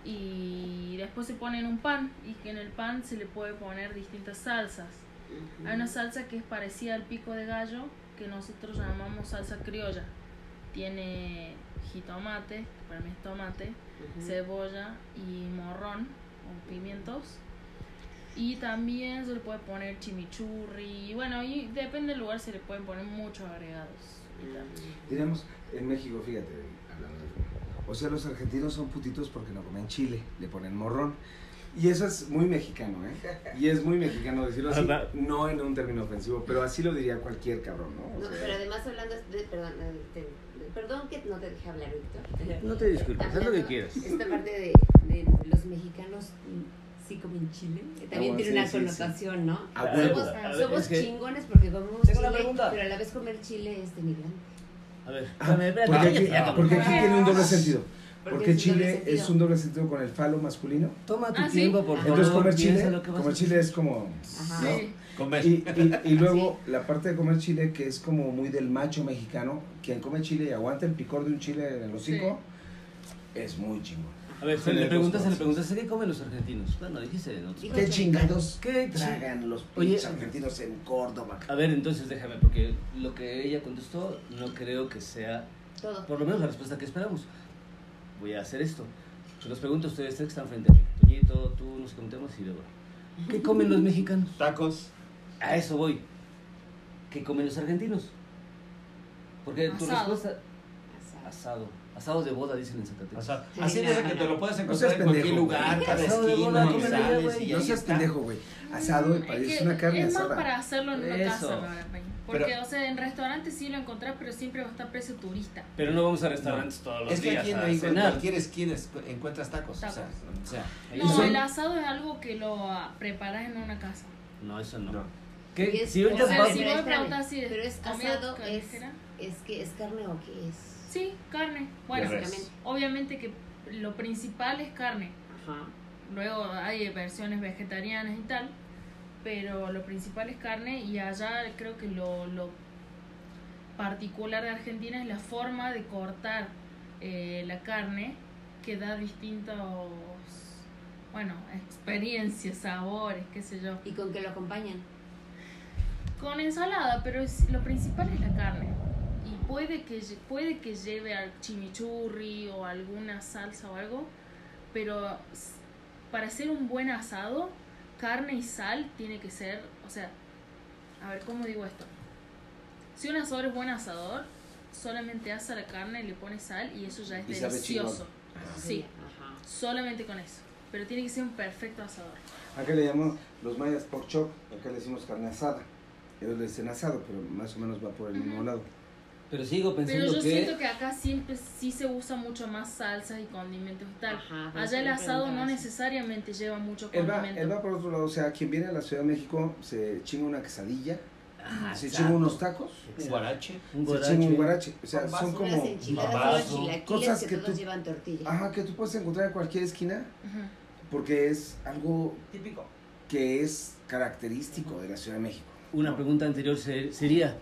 y después se pone en un pan y que en el pan se le puede poner distintas salsas
Ujú.
hay una salsa que es parecida al pico de gallo, que nosotros llamamos salsa criolla. Tiene jitomate, que para mí es tomate,
Ujú.
cebolla y morrón o pimientos. Y también se le puede poner chimichurri. Y bueno, y depende del lugar se le pueden poner muchos agregados. y tal.
Digamos, en México, fíjate, hablando de comida. O sea, los argentinos son putitos porque no comen chile, le ponen morrón. Y eso es muy mexicano, ¿eh? Y es muy mexicano decirlo así, no en un término ofensivo, pero así lo diría cualquier cabrón, ¿no? O
No,
sea,
pero además hablando de, perdón, eh, te- perdón que no te dejé hablar, Víctor.
No te disculpes, haz lo que
Hablando-
quieras.
Esta parte de, de los mexicanos mm, sí comen chile, que también
Ah, bueno,
tiene
sí,
una
sí, Ah,
connotación, ¿no?
A
Somos-
huevo.
A ver,
Somos
es que-
chingones porque comemos
Tengo una
chile,
pregunta.
pero a la vez comer chile es denigrante.
A ver,
Ah,
espérame, espérate,
porque aquí,
cállate ya, cabrón.
porque aquí tiene un doble sentido.
Porque
Porque
es un doble
chile
sentido.
es un doble sentido con el falo masculino.
Toma tu
Ah, ¿sí?
tiempo, por
Ajá.
favor.
Entonces comer
piensa
chile,
lo que vas a
comer
hacer.
chile es como...
Ajá.
¿no?
Sí.
Comer.
Y, y- y luego la parte de comer chile que es como muy del macho mexicano, quien come chile y aguanta el picor de un chile en el hocico, es muy chingón.
A ver, se
Sí,
le
le
preguntas,
gusta.
se le preguntas, ¿qué comen los argentinos? Bueno, dijiste de
Y
nosotros.
¿Qué chingados
¿Qué chi-
tragan los
Oye.
pinches argentinos en Córdoba?
A ver, entonces déjame, porque lo que ella contestó no creo que sea,
Todo.
por lo menos la respuesta que esperamos. Voy a hacer esto. Se los pregunto a ustedes tres que están frente a mí. Toñito, tú nos contemos y luego. ¿Qué comen los mexicanos?
Tacos.
A eso voy. ¿Qué comen los argentinos? Porque tu
Asado.
respuesta...
Asado.
Asado. Asado de boda, dicen en Zacatecas.
así desde que te lo puedes encontrar
seas
en cualquier
pendejo,
lugar, cada
Asado de
esquina,
bola,
y
cómelo ya,
sales
güey.
y
no
ahí
seas
está.
pendejo, güey. Asado
Mm,
me parece
que
una carne
es más
asada.
para hacerlo en una
Eso.
casa, la verdad, Peña. Porque,
Pero-
o sea, en restaurantes sí lo encontrás, pero siempre va a estar precio turista.
Pero no vamos a restaurantes todos los
Es que
días
aquí
a
en en
cenar.
cualquier esquina es- encuentras tacos. O sea,
Tacos.
o sea,
Y
No,
son-
el asado es algo que lo ah, preparás en una casa.
No, eso no.
No.
Y
¿Qué?
es-
Si ahorita
o sea,
vas-
sí,
si
pero
vos me
espérame,
preguntás si
pero es
comida
asado, es-
callejera,
Es que es carne o qué es.
Sí, carne. Bueno,
res.
Básicamente.
obviamente que lo principal es carne.
Ajá.
Luego hay versiones vegetarianas y tal, pero lo principal es carne y allá creo que lo, lo particular de Argentina es la forma de cortar eh, la carne que da distintos bueno, experiencias, sabores, qué sé yo.
¿Y con qué lo acompañan?
Con ensalada, pero es- lo principal es la carne. Y puede que, lle- puede que lleve al chimichurri o alguna salsa o algo, pero s- para hacer un buen asado, carne y sal tiene que ser, o sea, a ver, ¿cómo digo esto? Si un asador es buen asador, solamente asa la carne, le pone sal y eso ya es
Y sabe Ah.
delicioso. Sí,
Ajá.
solamente con eso. Pero tiene que ser un perfecto asador.
Acá le llamamos los mayas pork chop, acá le decimos carne asada. Ellos le dicen asado, pero más o menos va por el mismo lado.
Pero sigo
Pero
pensando
yo
que.
siento que acá siempre sí se usa mucho más salsas y condimentos y tal.
Ajá, pero
Allá el
me
asado no
preguntaba eso.
necesariamente lleva mucho
Él va,
condimento.
él va por otro lado, o sea, quien viene a la Ciudad de México se chinga una quesadilla,
Ah,
se
exacto.
chinga unos tacos,
Un
guarache.
Un
se
guarache.
chinga un guarache. O sea, son
Unas
como...
enchiladas,
Babazo.
unos chilaquiles
Cosas
que,
que
todos
tú- Ah,
llevan tortilla.
Ajá, que tú puedes encontrar en cualquier esquina
Ujú.
porque es algo
Típico.
que es característico de la Ciudad de México.
Una pregunta anterior ser- sería: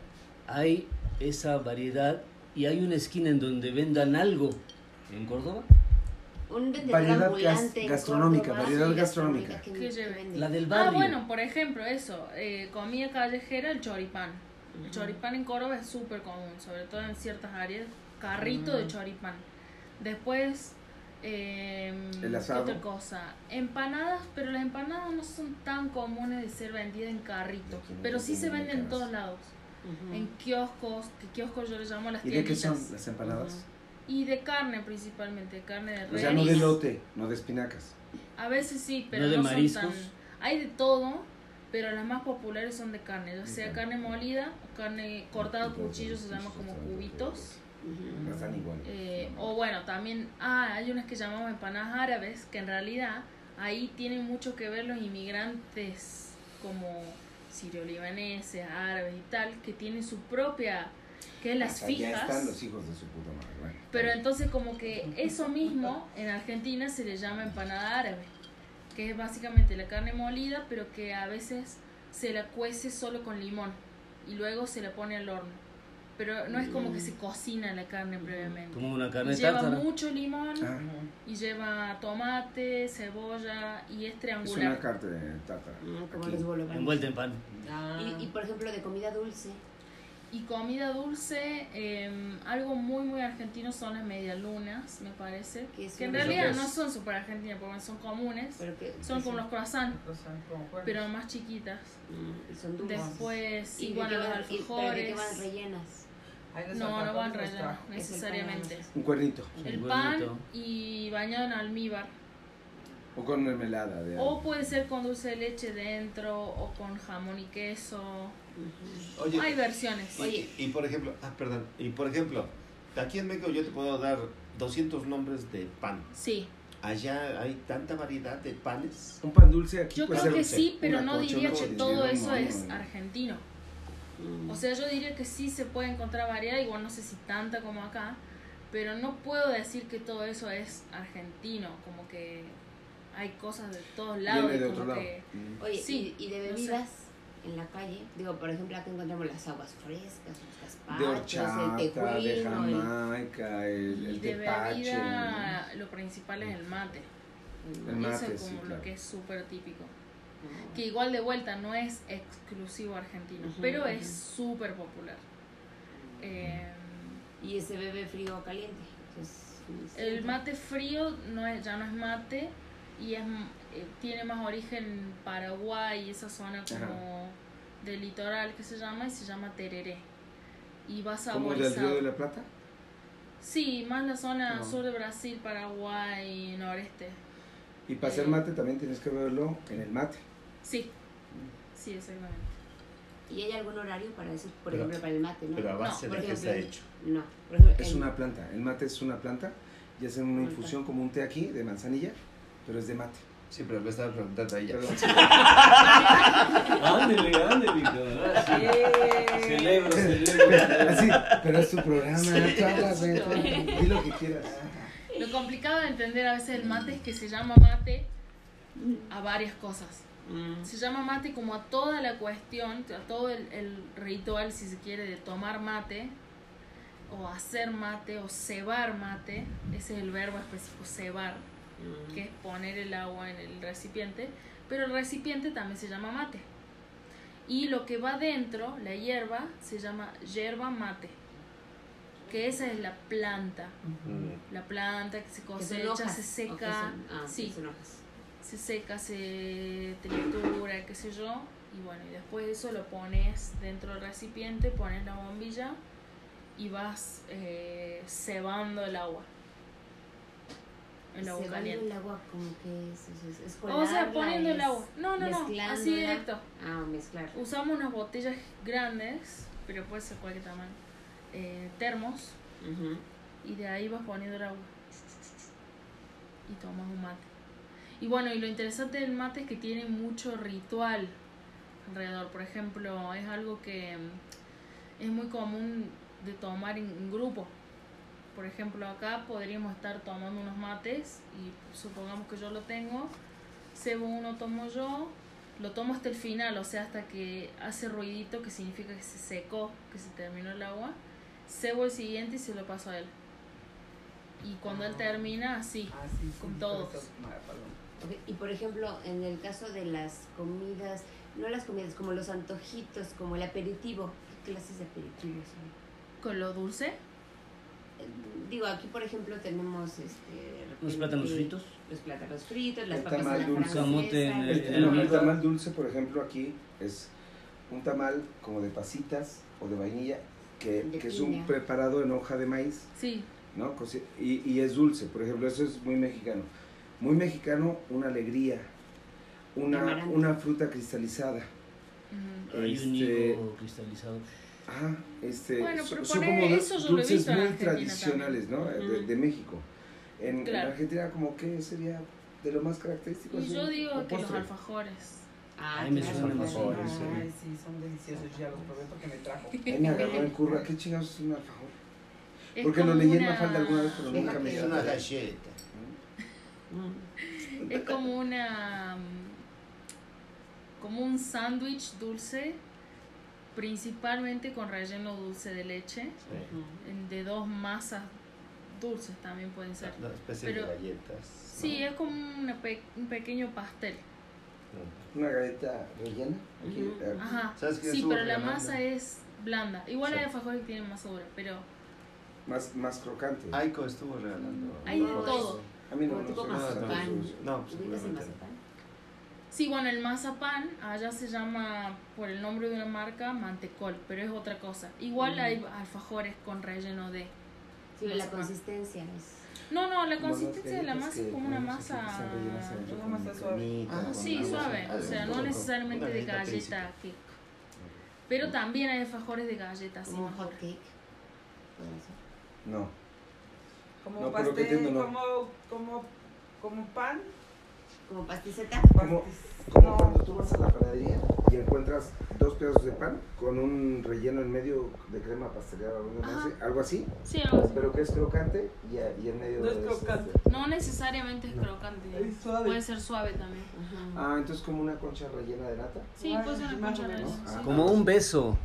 ¿hay esa variedad y hay una esquina en donde vendan algo en Córdoba?
Un vendedor
Variedad
ambulante
gas-
en
gastronómica,
Córdoba,
variedad
sí,
gastronómica.
que-
Que
que
lleve.
vende.
La del barrio.
Ah, bueno, por ejemplo, eso, eh, comida callejera, el choripán. El choripán en Córdoba es súper común, sobre todo en ciertas áreas. Carrito de choripán. Después, eh,
El asado.
otra cosa, empanadas, pero las empanadas no son tan comunes de ser vendidas en carrito,
Aquí no
pero
son
sí se
muy
venden en
caras.
todos lados.
Ujú.
En kioscos, que kioscos yo les llamo las
¿Y de qué
tienditas.
son las empanadas?
Y de carne principalmente, de carne de res.
O sea, no de lote, no de espinacas.
A veces sí, pero
¿No
no,
de mariscos?
son tan... Hay de todo, pero las más populares son de carne, ya sea carne molida, o carne cortada a cuchillo, se llama como cubitos.
Ujú.
No están igual.
eh, o bueno, también ah, hay unas que llamamos empanadas árabes, que en realidad ahí tienen mucho que ver los inmigrantes como siriolibaneses, árabes y tal, que tienen su propia, que es
O
las
sea, Ya están
fijas.
los hijos de su puta madre. bueno.
Pero entonces como que eso mismo en Argentina se le llama empanada árabe, que es básicamente la carne molida, pero que a veces se la cuece solo con limón y luego se la pone al horno. Pero no es como que se cocina la carne previamente.
Como una carne
lleva
tártara.
mucho limón
Ah,
y lleva tomate, cebolla y es
es una
triangular.
carta de tártara.
Ah, como
Aquí.
los bolobanes.
Envuelta en pan.
Y, y,
Ah.
por ejemplo, de comida dulce.
Y comida dulce, em, algo muy muy argentino son las medialunas, me parece.
¿Qué es
Que en
una-
realidad
¿Eso qué
no
es?
son súper argentinas porque son comunes.
Pero que, pues,
Son como los croissants,
Los son como cuernos.
pero más chiquitas.
Mm, y son dulces.
Después,
¿Y de
igual
qué
a los
van- y- pero de qué
alfajores.
van rellenas?
Ahí los
No, no
alfajores
van
los
rellenos,
trajo.
necesariamente.
Un cuernito.
El
Un
pan
huevito.
y bañado en almíbar.
O con mermelada. De
O puede ser con dulce de leche dentro, o con jamón y queso.
Oye,
Hay versiones.
y, y- y por ejemplo, ah, perdón, y por ejemplo, aquí en México yo te puedo dar 200 nombres de pan.
Sí,
Allá hay tanta variedad de panes.
Un pan dulce aquí
yo
puede
creo
ser
que sí, pero
una
no diría que
colchoneta,
todo
no,
eso
no,
es
no.
argentino.
Mm.
O sea, yo diría que sí se puede encontrar variedad, igual no sé si tanta como acá, pero no puedo decir que todo eso es argentino, como que hay cosas de todos lados.
Viene
y
de
como
otro lado.
que-
Mm.
Oye,
Sí,
y, y de
no sé.
bebidas en la calle, digo, por ejemplo, acá encontramos las aguas frescas, los gazpachos,
De
el
horchata,
tejuino,
de
el-
jamaica, el,
Y
el
de
tepache. ¿no?
bebida, lo principal es el mate.
El
Y
mate,
eso es
sí,
como lo
claro.
que es súper típico.
Ah.
Que igual de vuelta no es exclusivo argentino,
Ujú,
pero
ujú.
es súper popular. Eh,
Y ese bebe frío o caliente. Entonces,
el mate frío no es, ya no es mate y es, m- eh, tiene más origen Paraguay, esa zona como del litoral que se llama y se llama tereré. Y va
¿Como del
saborizado.
Río de la Plata?
Sí, más la zona
Ajá.
sur de Brasil, Paraguay, noreste.
Y para hacer mate también tienes que beberlo en el mate.
Sí,
Mm.
sí, exactamente.
¿Y hay algún horario para eso? Por
Pero-
ejemplo, para el mate, ¿no?
Pero a base
no,
de
por
qué está
ejemplo,
hecho.
No, por ejemplo,
Es
el-
una planta. El mate es una planta y hacen una
Ajá.
infusión como un té aquí de manzanilla, pero es de mate.
Siempre me estaba preguntando a ella.
Perdón.
Ándele, ándele, cabrón. Celebro, celebro.
Así, Ah, pero es tu programa. Tú hablas, ven, tú hablas, di lo que quieras.
Lo complicado de entender a veces el mate es que se llama mate a varias cosas.
Mm.
Se llama mate como a toda la cuestión, a todo el, el ritual, si se quiere, de tomar mate, o hacer mate, o cebar mate. Ese es el verbo específico, cebar. que es poner el agua en el recipiente, pero el recipiente también se llama mate. Y lo que va dentro, la hierba, se llama yerba mate, que esa es la planta,
Mm.
la planta que se
Que son
cosecha,
hojas,
se
o que
seca,
son- ah,
sí,
que son hojas.
se seca, se tritura, qué sé yo, y bueno, y después de eso lo pones dentro del recipiente, pones la bombilla y vas eh, cebando el agua. El agua
Se va
caliente.
el agua como que es, es, es
O
colarla,
sea, poniendo el
es
agua. No, no, no.
mezclándola.
Así directo.
Ah, mezclar.
Usamos unas botellas grandes, pero puede ser cualquier tamaño. eh, termos.
Ujú.
Y de ahí vas poniendo el agua. Y tomas un mate. Y bueno, y lo interesante del mate es que tiene mucho ritual alrededor. Por ejemplo, es algo que mm, es muy común de tomar en- en grupo. Por ejemplo, acá podríamos estar tomando unos mates y supongamos que yo lo tengo, cebo uno, tomo yo, lo tomo hasta el final, o sea, hasta que hace ruidito que significa que se secó, que se terminó el agua, cebo el siguiente y se lo paso a él. Y cuando él termina, así.
Ah, sí, sí,
Con
por
todos.
eso, ah, perdón.
Ok, Y por ejemplo, en el caso de las comidas, no las comidas, como los antojitos, como el aperitivo, ¿qué clases de aperitivos son?
Con lo dulce,
Eh, Digo, aquí por ejemplo tenemos este, de
Unos
repente,
plátanos fritos.
Los plátanos fritos, las
El
papas a
tamal
la
dulce.
Camote en
El,
francesa,
el-
los-
el- el
olvido.
tamal dulce, por ejemplo, aquí es un tamal como de pasitas o de vainilla, que,
De
que es un
piña.
preparado en hoja de maíz,
sí.
¿no? Cosi- Y, y es dulce, por ejemplo, eso es muy mexicano. Muy mexicano, una alegría, una,
Amaranto.
una fruta cristalizada.
Ujú.
Hay un
Este-
higo cristalizado.
Ajá, este,
Bueno,
so-
pero
son
poner-
como du-
eso yo lo he
dulces
visto en
muy
Argentina
tradicionales, ¿no? De,
Ujú.
de México. En, en
Claro.
Argentina, como que sería de lo más característico.
Y
así,
yo
un-
digo
un
que los
Pues postre.
alfajores.
Ah,
Ay, me
claro,
suena más
claro.
Alfajores,
Ay, sí, son deliciosos. Ya los probé porque me trajo.
Ahí me agarró en curva. ¿Qué chingados es un alfajor?
Es
Porque lo
como
leí en
una-
Mafalda alguna vez, pero
Deja
nunca me
que-
Es
llegó. ¿Eh?
una galleta.
Mm.
Es como una. mm, Como un sándwich dulce, principalmente con relleno dulce de leche, en- de dos masas dulces también pueden ser.
Una especie
Pero-
de galletas.
Sí, eh. es como una pe- un pequeño pastel.
Mm.
Una galleta rellena. Aquí,
Ujú.
eh,
Ajá.
¿Sabes qué
Sí,
es
pero la
Fernanda?
masa es blanda. Igual
Sí.
hay alfajores que tienen masa dura, pero
más, más crocante.
Aiko estuvo regalando.
Hay de
alfajores.
todo.
A mí no
Como
me
tipo
gusta.
Ah,
mazapán.
No, pues,
¿Ubicas el
seguramente no.
mazapán?
sí, bueno, el mazapán allá se llama por el nombre de una marca mantecol, pero es otra cosa. Igual
Mm.
hay alfajores con relleno de.
Sí, la
Mazapán.
consistencia es...
No, no, la
Como las
consistencia de la
galletas
masa es
que
como una
comemos aquí, que
masa. Ah,
están rellenas adentro
una
con
masa suave.
cremita,
Ajá.
con Ah,
Sí,
algo.
suave, o
algo
sea,
un
no
poco-
necesariamente
una
de
galleta
galleta cake. Pero también hay alfajores de galletas así
como un
más
hot
duras.
cake.
No.
Como
No, por lo que
pastel,
entiendo, no.
como, como, como pan.
Como pasticeta.
Como,
pastis-
como
no.
cuando tú vas a la panadería y encuentras dos pedazos de pan con un relleno en medio de crema pastelera, algo
Ajá.
así, algo así,
Sí, algo así.
pero que es crocante y, a- y en medio
No
de
es
eso,
crocante.
este.
No necesariamente es crocante.
Es suave.
Puede ser suave también.
Ajá.
Ah, entonces como una concha rellena de nata,
Sí,
Ay,
puede ser una
más
concha
o
de
menos.
eso,
Ah.
sí.
Como un beso.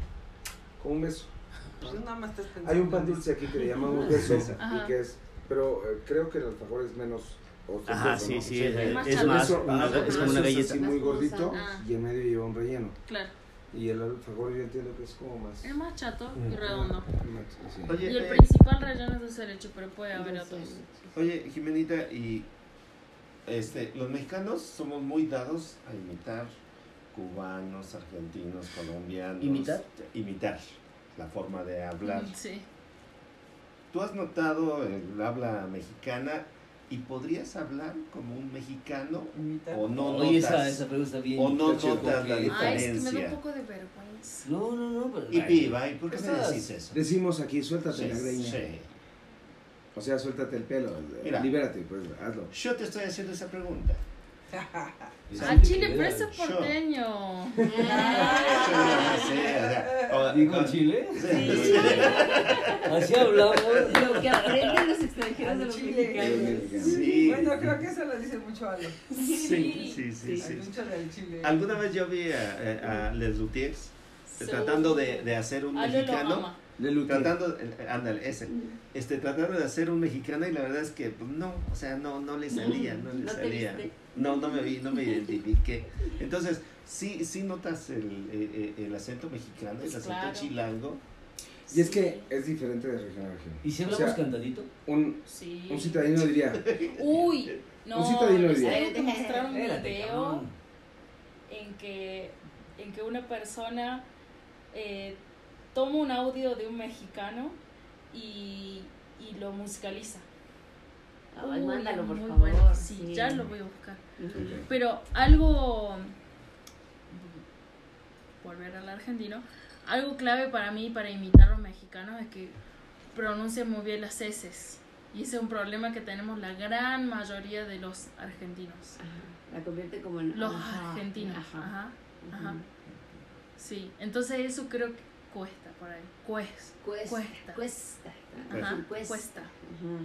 con un beso. Ah.
Pues nada más estás pensando.
Hay un pan
en
dulce aquí que le llamamos beso
Ajá.
y que es, pero eh, creo que el alfajor es menos ostentoso,
Ajá, sí,
¿no?
sí, es,
Es más
es
chato.
más,
Eso,
una-
ah,
es como
eso
una
es
galleta.
así muy gordito
Ah.
y en medio lleva un relleno.
Claro.
Y el alfajor yo entiendo que es como más... Mm.
Es más chato y redondo.
más- sí.
Oye,
Y el
eh,
principal relleno es dulce de leche, pero puede haber
Entonces,
otros.
Oye, Jimenita, y este, los mexicanos somos muy dados a imitar cubanos, argentinos, colombianos.
¿Imitar?
Imitar la forma de hablar.
Mm, Sí.
¿Tú has notado el habla mexicana y podrías hablar como un mexicano
Imitar.
Oh,
o no
Oye,
notas?
esa, esa pregunta bien.
O no
chido,
notas
porque-
la
Ay,
diferencia.
es que me da un poco de vergüenza.
No, no, no. Pero,
Y
ay,
piba, ¿y por qué me
esas-
decís eso?
Decimos aquí, suéltate
Sí,
la greña.
sí.
O sea, suéltate el pelo. eh,
Mira.
Libérate, pues hazlo.
Yo te estoy haciendo esa pregunta.
Al chile, pero ese es
Yo.
porteño.
Eso es lo que sé, o sea, o-
¿Y con Chile?
Sí.
Así hablamos.
Lo que aprenden los extranjeros de los
Pero
mexicanos.
mexicano.
Sí.
Bueno, creo que eso lo dice mucho algo.
Sí, sí, sí,
Hay
sí.
mucho del chile.
Alguna vez yo vi a, a- a Les Lutiers
Seguro.
tratando de, de hacer un
Ale lo
mexicano
ama.
No,
Lelutier.
Tratando, eh, ándale, ese. Este, tratando de hacer un mexicano y la verdad es que pues, no, o sea, no, no le salía, no le
¿No te
salía.
viste?
No, no me vi, no me identifiqué. Entonces, sí, sí notas el, eh, eh, el acento mexicano, el
Pues
acento
claro.
chilango.
Y es que es diferente de región a región.
¿Y si
O
hablamos
sea,
cantadito?
un,
Sí.
un citadino diría,
Uy, no.
Un citadino
les
diría.
tengo que mostrar un
Espérate,
video
cabrón.
en que, en que una persona eh, toma un audio de un mexicano y, y lo musicaliza.
Ay,
Uy,
mándalo, por
muy
favor.
bueno. Sí, ya lo voy a buscar.
Ujú.
Pero algo. Volver al argentino. Algo clave para mí, para imitar a los mexicanos, es que pronuncian muy bien las heces. Y ese es un problema que tenemos la gran mayoría de los argentinos.
Ajá. La convierte como en.
Los
ajá,
argentinos. Ajá.
Ajá.
ajá.
Ujú.
Sí. Entonces eso creo que cuesta por ahí. Cuesta.
Cuesta.
Cuesta.
Pues, Cuesta.
Ajá,
Ujú,
cuesta.
Ujú.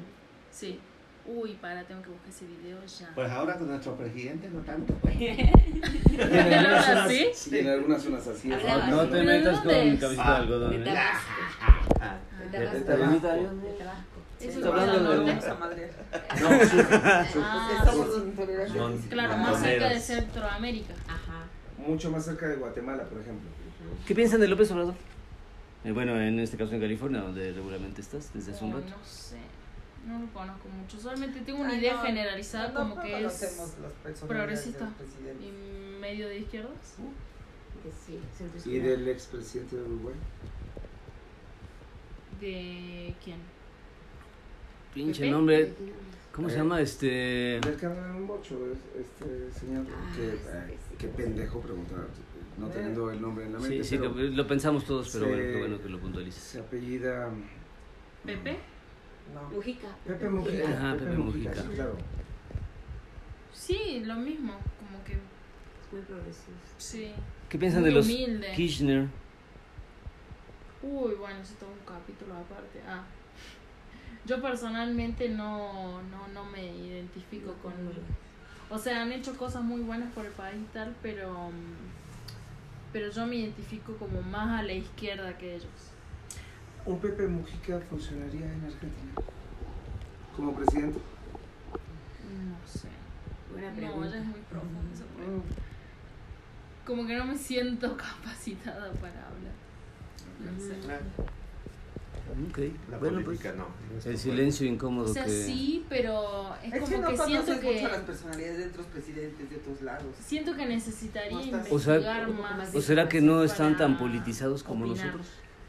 Sí. Uy, para, tengo que buscar ese video ya.
Pues ahora con nuestro presidente no tanto. pues.
¿Hablan así?
y en algunas zonas así es.
Hablaba
No
así.
te metas con
¿Pero dónde es?
camiseta de
Ah,
algodón.
De
¿eh?
Tabasco.
Ah,
De
Ah,
Tabasco.
De Tabasco.
De Tabasco.
Está
Eso es
Ah,
hablando
norte.
de-
Vamos a madrear.
No, sí.
Pues,
Ah,
Estamos intolerantes.
Son-
Claro, más cerca de
Montoneros.
Centroamérica.
Ajá.
Mucho más cerca de Guatemala, por ejemplo.
¿eh? ¿Qué piensan de López Obrador? Eh, bueno, en este caso en California, donde regularmente estás desde hace un
Oh,
rato.
No sé, no lo conozco mucho. Solamente tengo una
Ay,
idea
no,
generalizada
no,
como
no
que
conocemos
es
las personalidades
progresista.
del presidente.
y medio de izquierdas.
Que sí, centro
Y
izquierda.
del expresidente de Uruguay.
¿De quién?
Pinche
Pepe.
nombre. ¿Cómo se
Eh,
llama este?
Del que habla un bocho, es- este señor.
Ah,
que,
sí,
eh,
sí.
qué pendejo preguntar, no teniendo el nombre en la mente.
Sí, sí,
pero
lo, lo pensamos todos, pero
Sí.
bueno, qué bueno que lo puntualices.
Se apellida. mm,
¿Pepe?
No.
Mujica.
Pepe Mujica.
Ajá, Pepe Mujica.
sí, claro.
Sí, lo mismo. Como que
Es muy progresista.
sí.
¿Qué piensan
Muy
de los
humilde.
Kirchner?
Uy, bueno, eso es todo un capítulo aparte. Ah. Yo personalmente no, no, no me identifico con... O sea, han hecho cosas muy buenas por el país y tal, pero... mm, Pero yo me identifico como más a la izquierda que ellos.
¿Un Pepe Mujica funcionaría en Argentina? Como presidente.
No sé.
Buena
No, ya es
pregunta.
muy profundo esa pregunta. Como que no me siento capacitada para hablar. No sé.
ah,
Ok,
La
bueno, pues.
política no.
El silencio incómodo
O sea,
que.
sí, pero es,
Es
como
que no
que siento
conoces
que...
mucho las personalidades de otros presidentes de otros lados.
Siento que necesitaría
No estás-
O sea,
investigar más.
¿O será que no están tan
para
politizados como
opinar.
nosotros?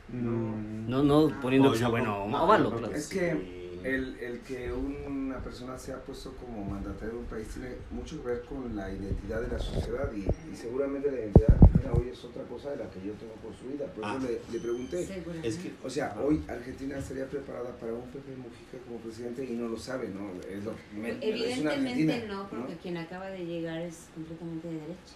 No.
No, no, poniendo que
Oye,
sea bueno,
no, no,
óvalo,
Ah, no,
claro.
Es que el, el que una persona sea puesto como mandatario de un país tiene mucho que ver con la identidad de la sociedad y, y seguramente la identidad argentina hoy es otra cosa de la que yo tengo construida. Por eso
Ah.
le, le pregunté.
Seguramente.
Es que,
O sea, hoy Argentina estaría preparada para un Pepe Mujica como presidente y no lo sabe, ¿no? Es lo, me- me parece una
Evidentemente
Argentina,
no, porque quien acaba de llegar es completamente de derecha.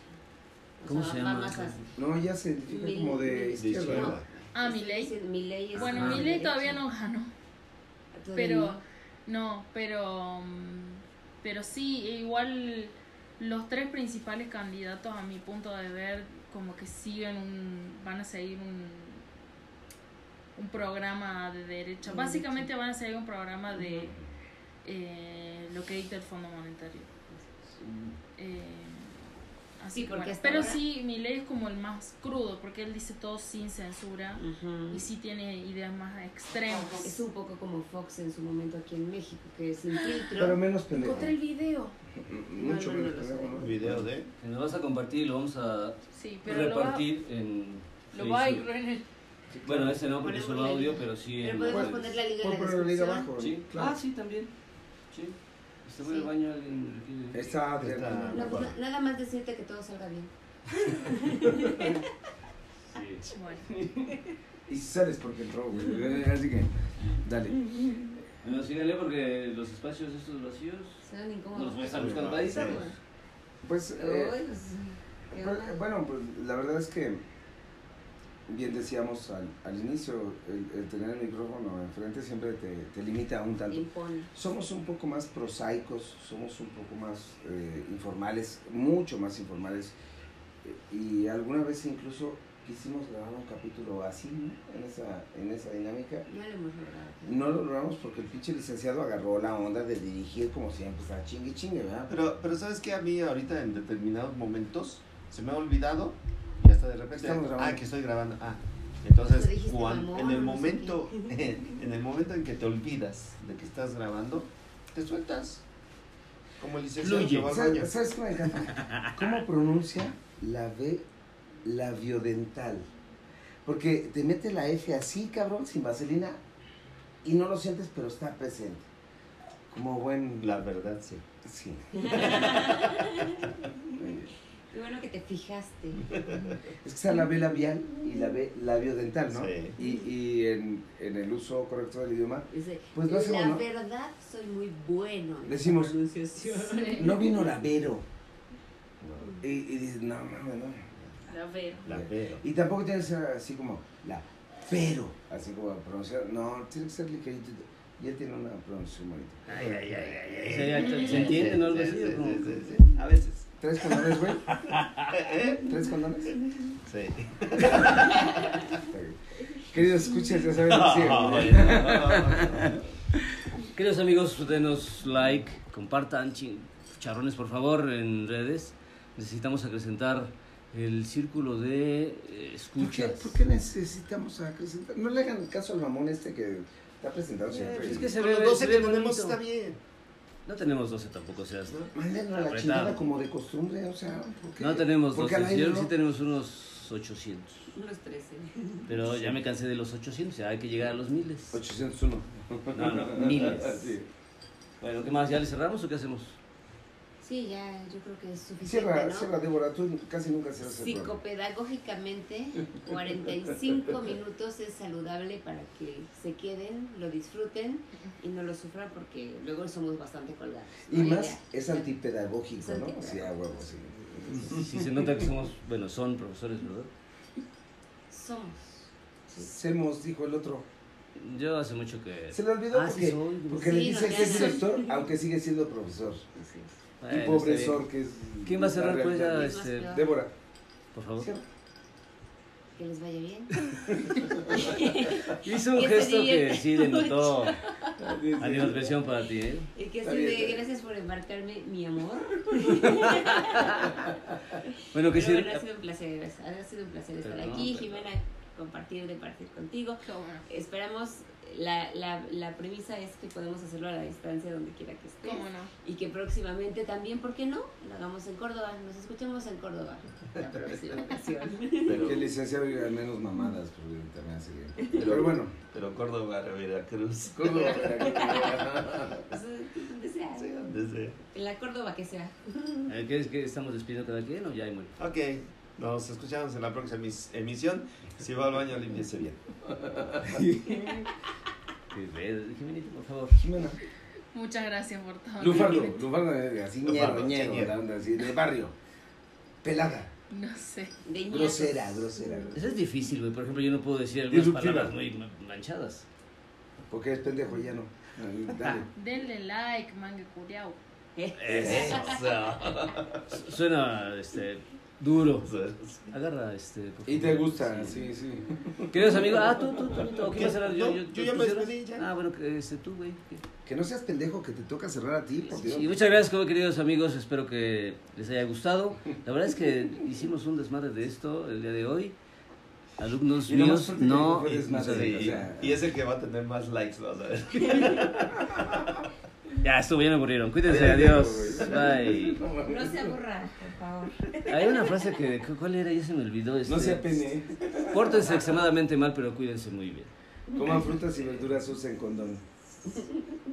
O
¿Cómo se llama
va más
esa?
hacia-
No, ella se identifica como de
De
izquierda.
izquierda.
¿no?
Ah,
es-
Milei.
es- Milei es
Bueno,
más de
Milei
derecha.
todavía no ganó,
este, Todavía
pero
no.
no, pero mm, pero sí, igual los tres principales candidatos a mi punto de ver como que siguen un van a seguir un un programa de derecha.
De
Básicamente van a seguir un programa de eh, lo que dicta el Fondo Monetario. Eh,
Sí,
así que
porque
bueno.
hasta
Pero
ahora-
sí, Milei es como el más crudo, porque él dice todo sin censura
Ujú.
y sí tiene ideas más extremas.
Es un poco como Fox en su momento aquí en México, que es un
Pero
filtro.
menos pendejo.
Encontré el video.
Mucho
No, no, no,
menos
no,
pendejo,
no.
¿no?
Video de.
Que nos vas a compartir y lo vamos a
Sí, pero lo va,
repartir en.
lo va a
Facebook.
ignorar en el-
Bueno, ese no, porque es un
Ponemos la
audio,
liga.
pero sí
Pero
en.
podemos
redes.
poner la liga en
Puedo
la
poner la liga
descripción.
abajo. ¿no?
Sí, Ah, sí, también. Sí. Se fue
Sí.
al baño alguien.
Está Adriana.
Está-
No, pues, na- nada más decirte que todo salga bien.
Bueno,
Y sales porque entró, güey. Así que, dale.
No, síganle porque los espacios estos vacíos
Son
no los
incómodos.
voy a estar buscando para editarlos.
Pues, eh,
Ay, pues, ¿qué
pues,
onda?
bueno, pues la verdad es que, bien decíamos al, al inicio, el, el tener el micrófono enfrente siempre te, te limita un tanto.
Impone.
Somos un poco más prosaicos, somos un poco más eh, informales, mucho más informales. eh, Y alguna vez incluso quisimos grabar un capítulo así, ¿no? en esa, en esa dinámica.
No lo hemos logrado.
No lo logramos porque el pinche licenciado agarró la onda de dirigir como siempre, estaba chingue chingue, ¿verdad?
Pero, pero ¿sabes qué? A mí ahorita en determinados momentos se me ha olvidado y hasta de repente...
Estamos grabando.
Ah, que estoy grabando. Ah,
Lo
entonces,
dijiste,
cuan-
mamón,
en el
no sé
momento en el momento en que te olvidas de que estás grabando, te sueltas. Como el licenciado que
Fluye.
va al baño.
¿Sabes, sabes qué me encanta? ¿Cómo pronuncia la B labiodental? Porque te mete la F así, cabrón, sin vaselina, y no lo sientes, pero está presente. Como buen...
La verdad, sí.
Sí.
¿eh? Qué bueno que te fijaste.
Es que está la B labial y la B labiodental, ¿no?
Sí.
Y, y en, en el uso correcto del idioma,
Dice,
Pues lo hacemos,
la
¿no?
verdad soy muy bueno. en la
Decimos,
pronunciación".
no vino la Vero. Y, y dices, no, mames, no.
La veo.
La veo.
Y tampoco tiene que ser así como la pero, así como pronunciar. No, tiene que ser ligerito. Y él tiene una pronunciación bonita.
Ay, ay, ay, ay, ay.
Se, se
Sí,
entiende, ¿no? Algo
sí,
así,
sí,
¿o cómo?
sí, sí, sí. A veces.
¿Tres condones, güey? ¿Eh? ¿Tres condones?
Sí.
Queridos, escuchas, ya saben lo que sigue.
Queridos amigos, denos like, compartan, chin- charrones por favor en redes. Necesitamos acrecentar el círculo de eh,
¿Por qué,
escuchas.
por qué necesitamos acrecentar? No le hagan caso al mamón este que está presentado siempre.
Es que se
Con
ve,
los 12
se
que
ve
tenemos
bonito.
está bien.
No tenemos 12 tampoco, seas.
Mándenlo a la
Apretado.
chingada como de costumbre, o sea, ¿por qué?
No tenemos
Porque
12,
al aire
yo creo que
no-
sí tenemos unos 800.
Unos 13.
Pero ya me cansé de los 800, ya hay que llegar a los miles.
801. Ah,
No, no, miles.
Sí.
Bueno, ¿qué más? ¿Ya le cerramos o qué hacemos?
Sí, ya, yo creo que es suficiente,
Cierra,
¿no?
cierra, Débora, tú casi nunca cierras el programa.
Psicopedagógicamente, 45 minutos es saludable para que se queden, lo disfruten y no lo sufran porque luego somos bastante colgados.
Y
No hay
más
idea.
es antipedagógico,
Es
¿no?
antipedagógico.
Sí, a huevo, sí.
Si se nota que somos, bueno, son profesores, ¿verdad?
Somos.
Semos, dijo el otro.
Yo hace mucho que...
Se le olvidó
Ah,
porque, pues,
sí soy, güey.
porque
Sí,
le
no,
dice
ya
que es
no.
director, aunque sigue siendo profesor.
así es.
Bueno,
y
está
pobre
bien.
Sor, que es.
¿Quién va a
la
cerrar pues
realidad.
ya,
Es más
este,
peor.
Débora.
por favor?
cierra.
Que les vaya bien.
Hizo un
Que se
gesto que
divierta
sí denotó
Dice-
animadversión para ti, ¿eh?
Y que
Está
así
bien,
de
está bien.
gracias por embarcarme, mi amor.
Bueno, que
Pero
sí...
bueno, ha sido un placer, ha sido un placer estar
Perdón,
aquí,
perdón.
Jimena, compartir, departir contigo.
Qué bueno.
Esperamos, la, la, la premisa es que podemos hacerlo a la distancia donde quiera que estés.
¿Cómo no?
Y que próximamente también, ¿por qué no? Lo hagamos en Córdoba, nos escuchemos en Córdoba la próxima ocasión.
Pero que el licenciado diga menos mamadas, porque también hace bien. Pero bueno,
Pero Córdoba, Veracruz.
¿cómo va a quedar?
O sea, pues, donde sea,
Sí, donde sea.
en la Córdoba que sea.
Eh, ¿Qué es que estamos despidiendo cada quien o ya hay muy?
Ok, nos escuchamos en la próxima emis- emisión. Si va al baño, límpiese bien.
Qué pedo, Jimenita, por favor.
Jimena.
Muchas gracias por todo.
Lufardo, Lufardo, así ñero,
Lufardo,
ñero,
ñero.
la onda así, del barrio. Pelada,
No sé.
De ñatos.
grosera, grosera.
Eso es difícil, güey. Por ejemplo, yo no puedo decir algunas
Disruptiva.
palabras muy ma- manchadas.
Porque es pendejo, ya no. Dale.
Denle like, mangue curiao.
Su- Suena, este, duro.
Eso.
Agarra, este, por
Y te
favor.
gusta,
Sí.
sí, sí.
Queridos amigos, ah, tú, tú, tú, tú. ¿o quién va a cerrar?
No, yo ya
tú
me
cierras?
despedí, ya.
Ah, bueno, que, este, tú, güey. ¿qué?
Que no seas pendejo, que te toca cerrar a ti, por Dios.
Y muchas gracias, como queridos amigos. Espero que les haya gustado. La verdad es que hicimos un desmadre de esto el día de hoy. Alumnos
Y lo más
míos,
fuerte que
no.
fue desmadre.
no se-
Sí,
o sea-
y es el que va a tener más likes, vas a ver.
Ya estuvo, ya me aburrieron. Cuídense, adiós. Bye.
No se aburra, por favor.
Hay una frase que, cu- ¿cuál era? Ya se me olvidó. Este,
No se apene.
Pórtense extremadamente mal, pero cuídense muy bien.
Coman frutas y verduras, usen condón.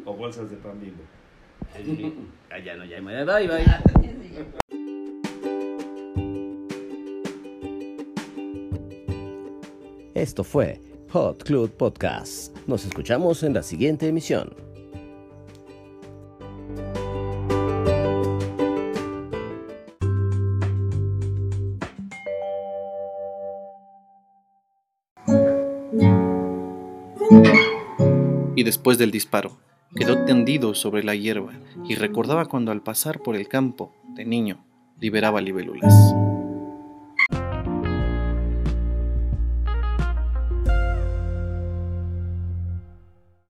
O bolsas de pan bimbo.
Ah, ya no, ya, ya, bye, bye.
Ya sé, ya.
Esto fue Hot Club Podcast. Nos escuchamos en la siguiente emisión.
y después del disparo, quedó tendido sobre la hierba y recordaba cuando al pasar por el campo, de niño, liberaba libélulas.